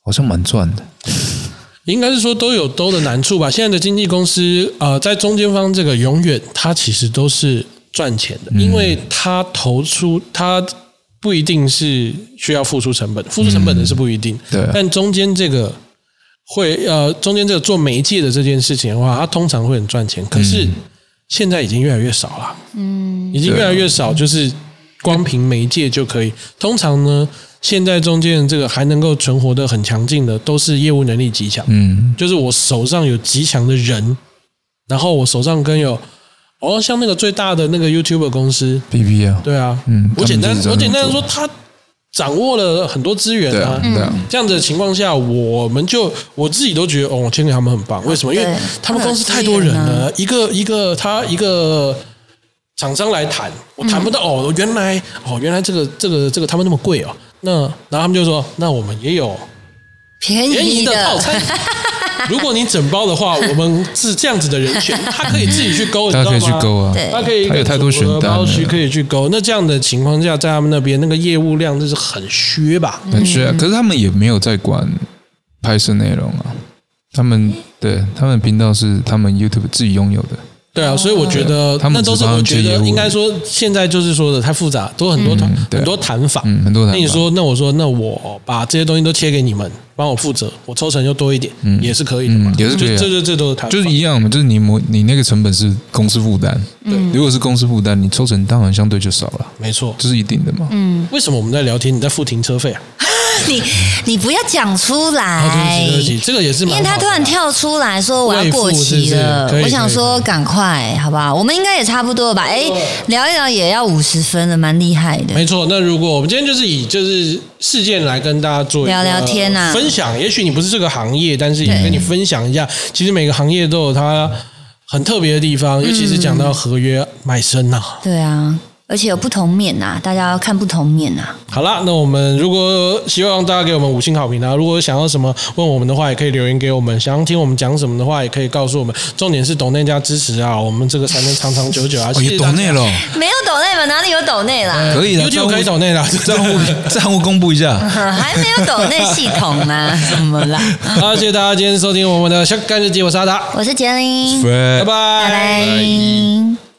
Speaker 3: 好像蛮赚的。
Speaker 1: 应该是说都有都的难处吧。现在的经纪公司，呃，在中间方这个永远，它其实都是赚钱的，因为它投出它不一定是需要付出成本，付出成本的是不一定，
Speaker 3: 对啊
Speaker 1: 但中间这个会呃，中间这个做媒介的这件事情的话，它通常会很赚钱，可是现在已经越来越少了，嗯，已经越来越少，就是光凭媒介就可以。通常呢，现在中间这个还能够存活的很强劲的，都是业务能力极强，
Speaker 3: 嗯，
Speaker 1: 就是我手上有极强的人，然后我手上跟有哦，像那个最大的那个 YouTuber 公司，
Speaker 3: B B 啊，
Speaker 1: 对啊，
Speaker 3: 嗯
Speaker 1: 我简单
Speaker 3: 他们就是这
Speaker 1: 我
Speaker 3: 样
Speaker 1: 简单的
Speaker 3: 做
Speaker 1: 说，他掌握了很多资源
Speaker 3: 对啊，对啊，
Speaker 1: 这样子的情况下，我们就我自己都觉得，哦，我签给他们很棒。为什么？因为
Speaker 2: 对
Speaker 1: 他们公司太多人了，一个一个他一个厂商来谈，我谈不到、哦，原来哦，原来这个这个这个他们那么贵哦。那然后他们就说，那我们也有
Speaker 2: 便
Speaker 1: 便宜
Speaker 2: 宜
Speaker 1: 的套餐。如果你整包的话，我们是这样子的人选，他可以自己去勾，你
Speaker 3: 大
Speaker 1: 知道
Speaker 3: 家可以
Speaker 1: 吗？
Speaker 3: 去勾啊，
Speaker 2: 对
Speaker 1: 他可以
Speaker 3: 他有太多选单了
Speaker 1: 包区可以去勾。那这样的情况下，在他们那边那个业务量就是很削吧？
Speaker 3: 很需要。
Speaker 1: 嗯
Speaker 3: 可是他们也没有在管拍摄内容啊，他们对他们频道是他们 YouTube 自己拥有的。
Speaker 1: 对啊，所以我觉得
Speaker 3: 对他们
Speaker 1: 那都是
Speaker 3: 只帮
Speaker 1: 我
Speaker 3: 他
Speaker 1: 觉
Speaker 3: 接业
Speaker 1: 得
Speaker 3: 务
Speaker 1: 应该说现在就是说的太复杂，都很多谈
Speaker 3: 对
Speaker 1: 很多谈法。
Speaker 3: 嗯，很多人
Speaker 1: 那你说，那我说，那我把这些东西都切给你们，帮我负责，我抽成就多一点，也是可以的嘛
Speaker 3: 嗯，也是可以
Speaker 1: 就
Speaker 3: 啊
Speaker 1: 这这这都是谈法，
Speaker 3: 就是一样嘛，就是你模你那个成本是公司负担，对，如果是公司负担，你抽成当然相对就少了，
Speaker 1: 没错。
Speaker 3: 这是一定的嘛。
Speaker 1: 为什么我们在聊天，你在付停车费啊？
Speaker 2: 嗯你你不要讲出
Speaker 1: 啊，
Speaker 2: 来
Speaker 1: 对，不起，对不起，这个也是
Speaker 2: 因
Speaker 1: 蛮好
Speaker 2: 为
Speaker 1: 的啊。
Speaker 2: 他突然跳出来说我要过期了
Speaker 1: 未付是不是可，以
Speaker 2: 我想
Speaker 1: 可
Speaker 2: 说
Speaker 1: 以可以
Speaker 2: 赶快，好不好？我们应该也差不多了吧？哎，聊一聊也要五十分了，蛮厉害的。
Speaker 1: 没错，那如果我们今天就是以就是事件来跟大家做一个
Speaker 2: 聊聊天啊
Speaker 1: 分享，也许你不是这个行业，但是也跟你分享一下，其实每个行业都有它很特别的地方，
Speaker 2: 嗯
Speaker 1: 尤其是讲到合约卖身呐、
Speaker 2: 对啊，而且有不同面呐，大家要看不同面啊呐。
Speaker 1: 好啦，那我们如果希望大家给我们五星好评啊，如果想要什么问我们的话，也可以留言给我们；想要听我们讲什么的话，也可以告诉我们。重点是懂内加支持啊，我们这个才能长长久久啊。
Speaker 3: 哦，
Speaker 1: 谢
Speaker 3: 也
Speaker 1: 谢大
Speaker 3: 抖
Speaker 1: 家
Speaker 3: 内了，
Speaker 2: 没有抖内吗？哪里有抖内啦？
Speaker 3: 可以的，账
Speaker 1: ，YouTube
Speaker 3: 户
Speaker 1: 可以懂内
Speaker 3: [laughs]
Speaker 1: 啦，
Speaker 3: 账户账户公布
Speaker 1: [laughs]
Speaker 3: 一
Speaker 2: [laughs]
Speaker 3: 下。
Speaker 2: 还没有抖内系统啊？怎么啦？
Speaker 1: 好，谢谢大家
Speaker 3: 哎
Speaker 1: 今天收听我们的《小干日记》，我是阿达，
Speaker 2: 我是杰林，
Speaker 3: 拜
Speaker 1: 拜拜
Speaker 2: 拜拜。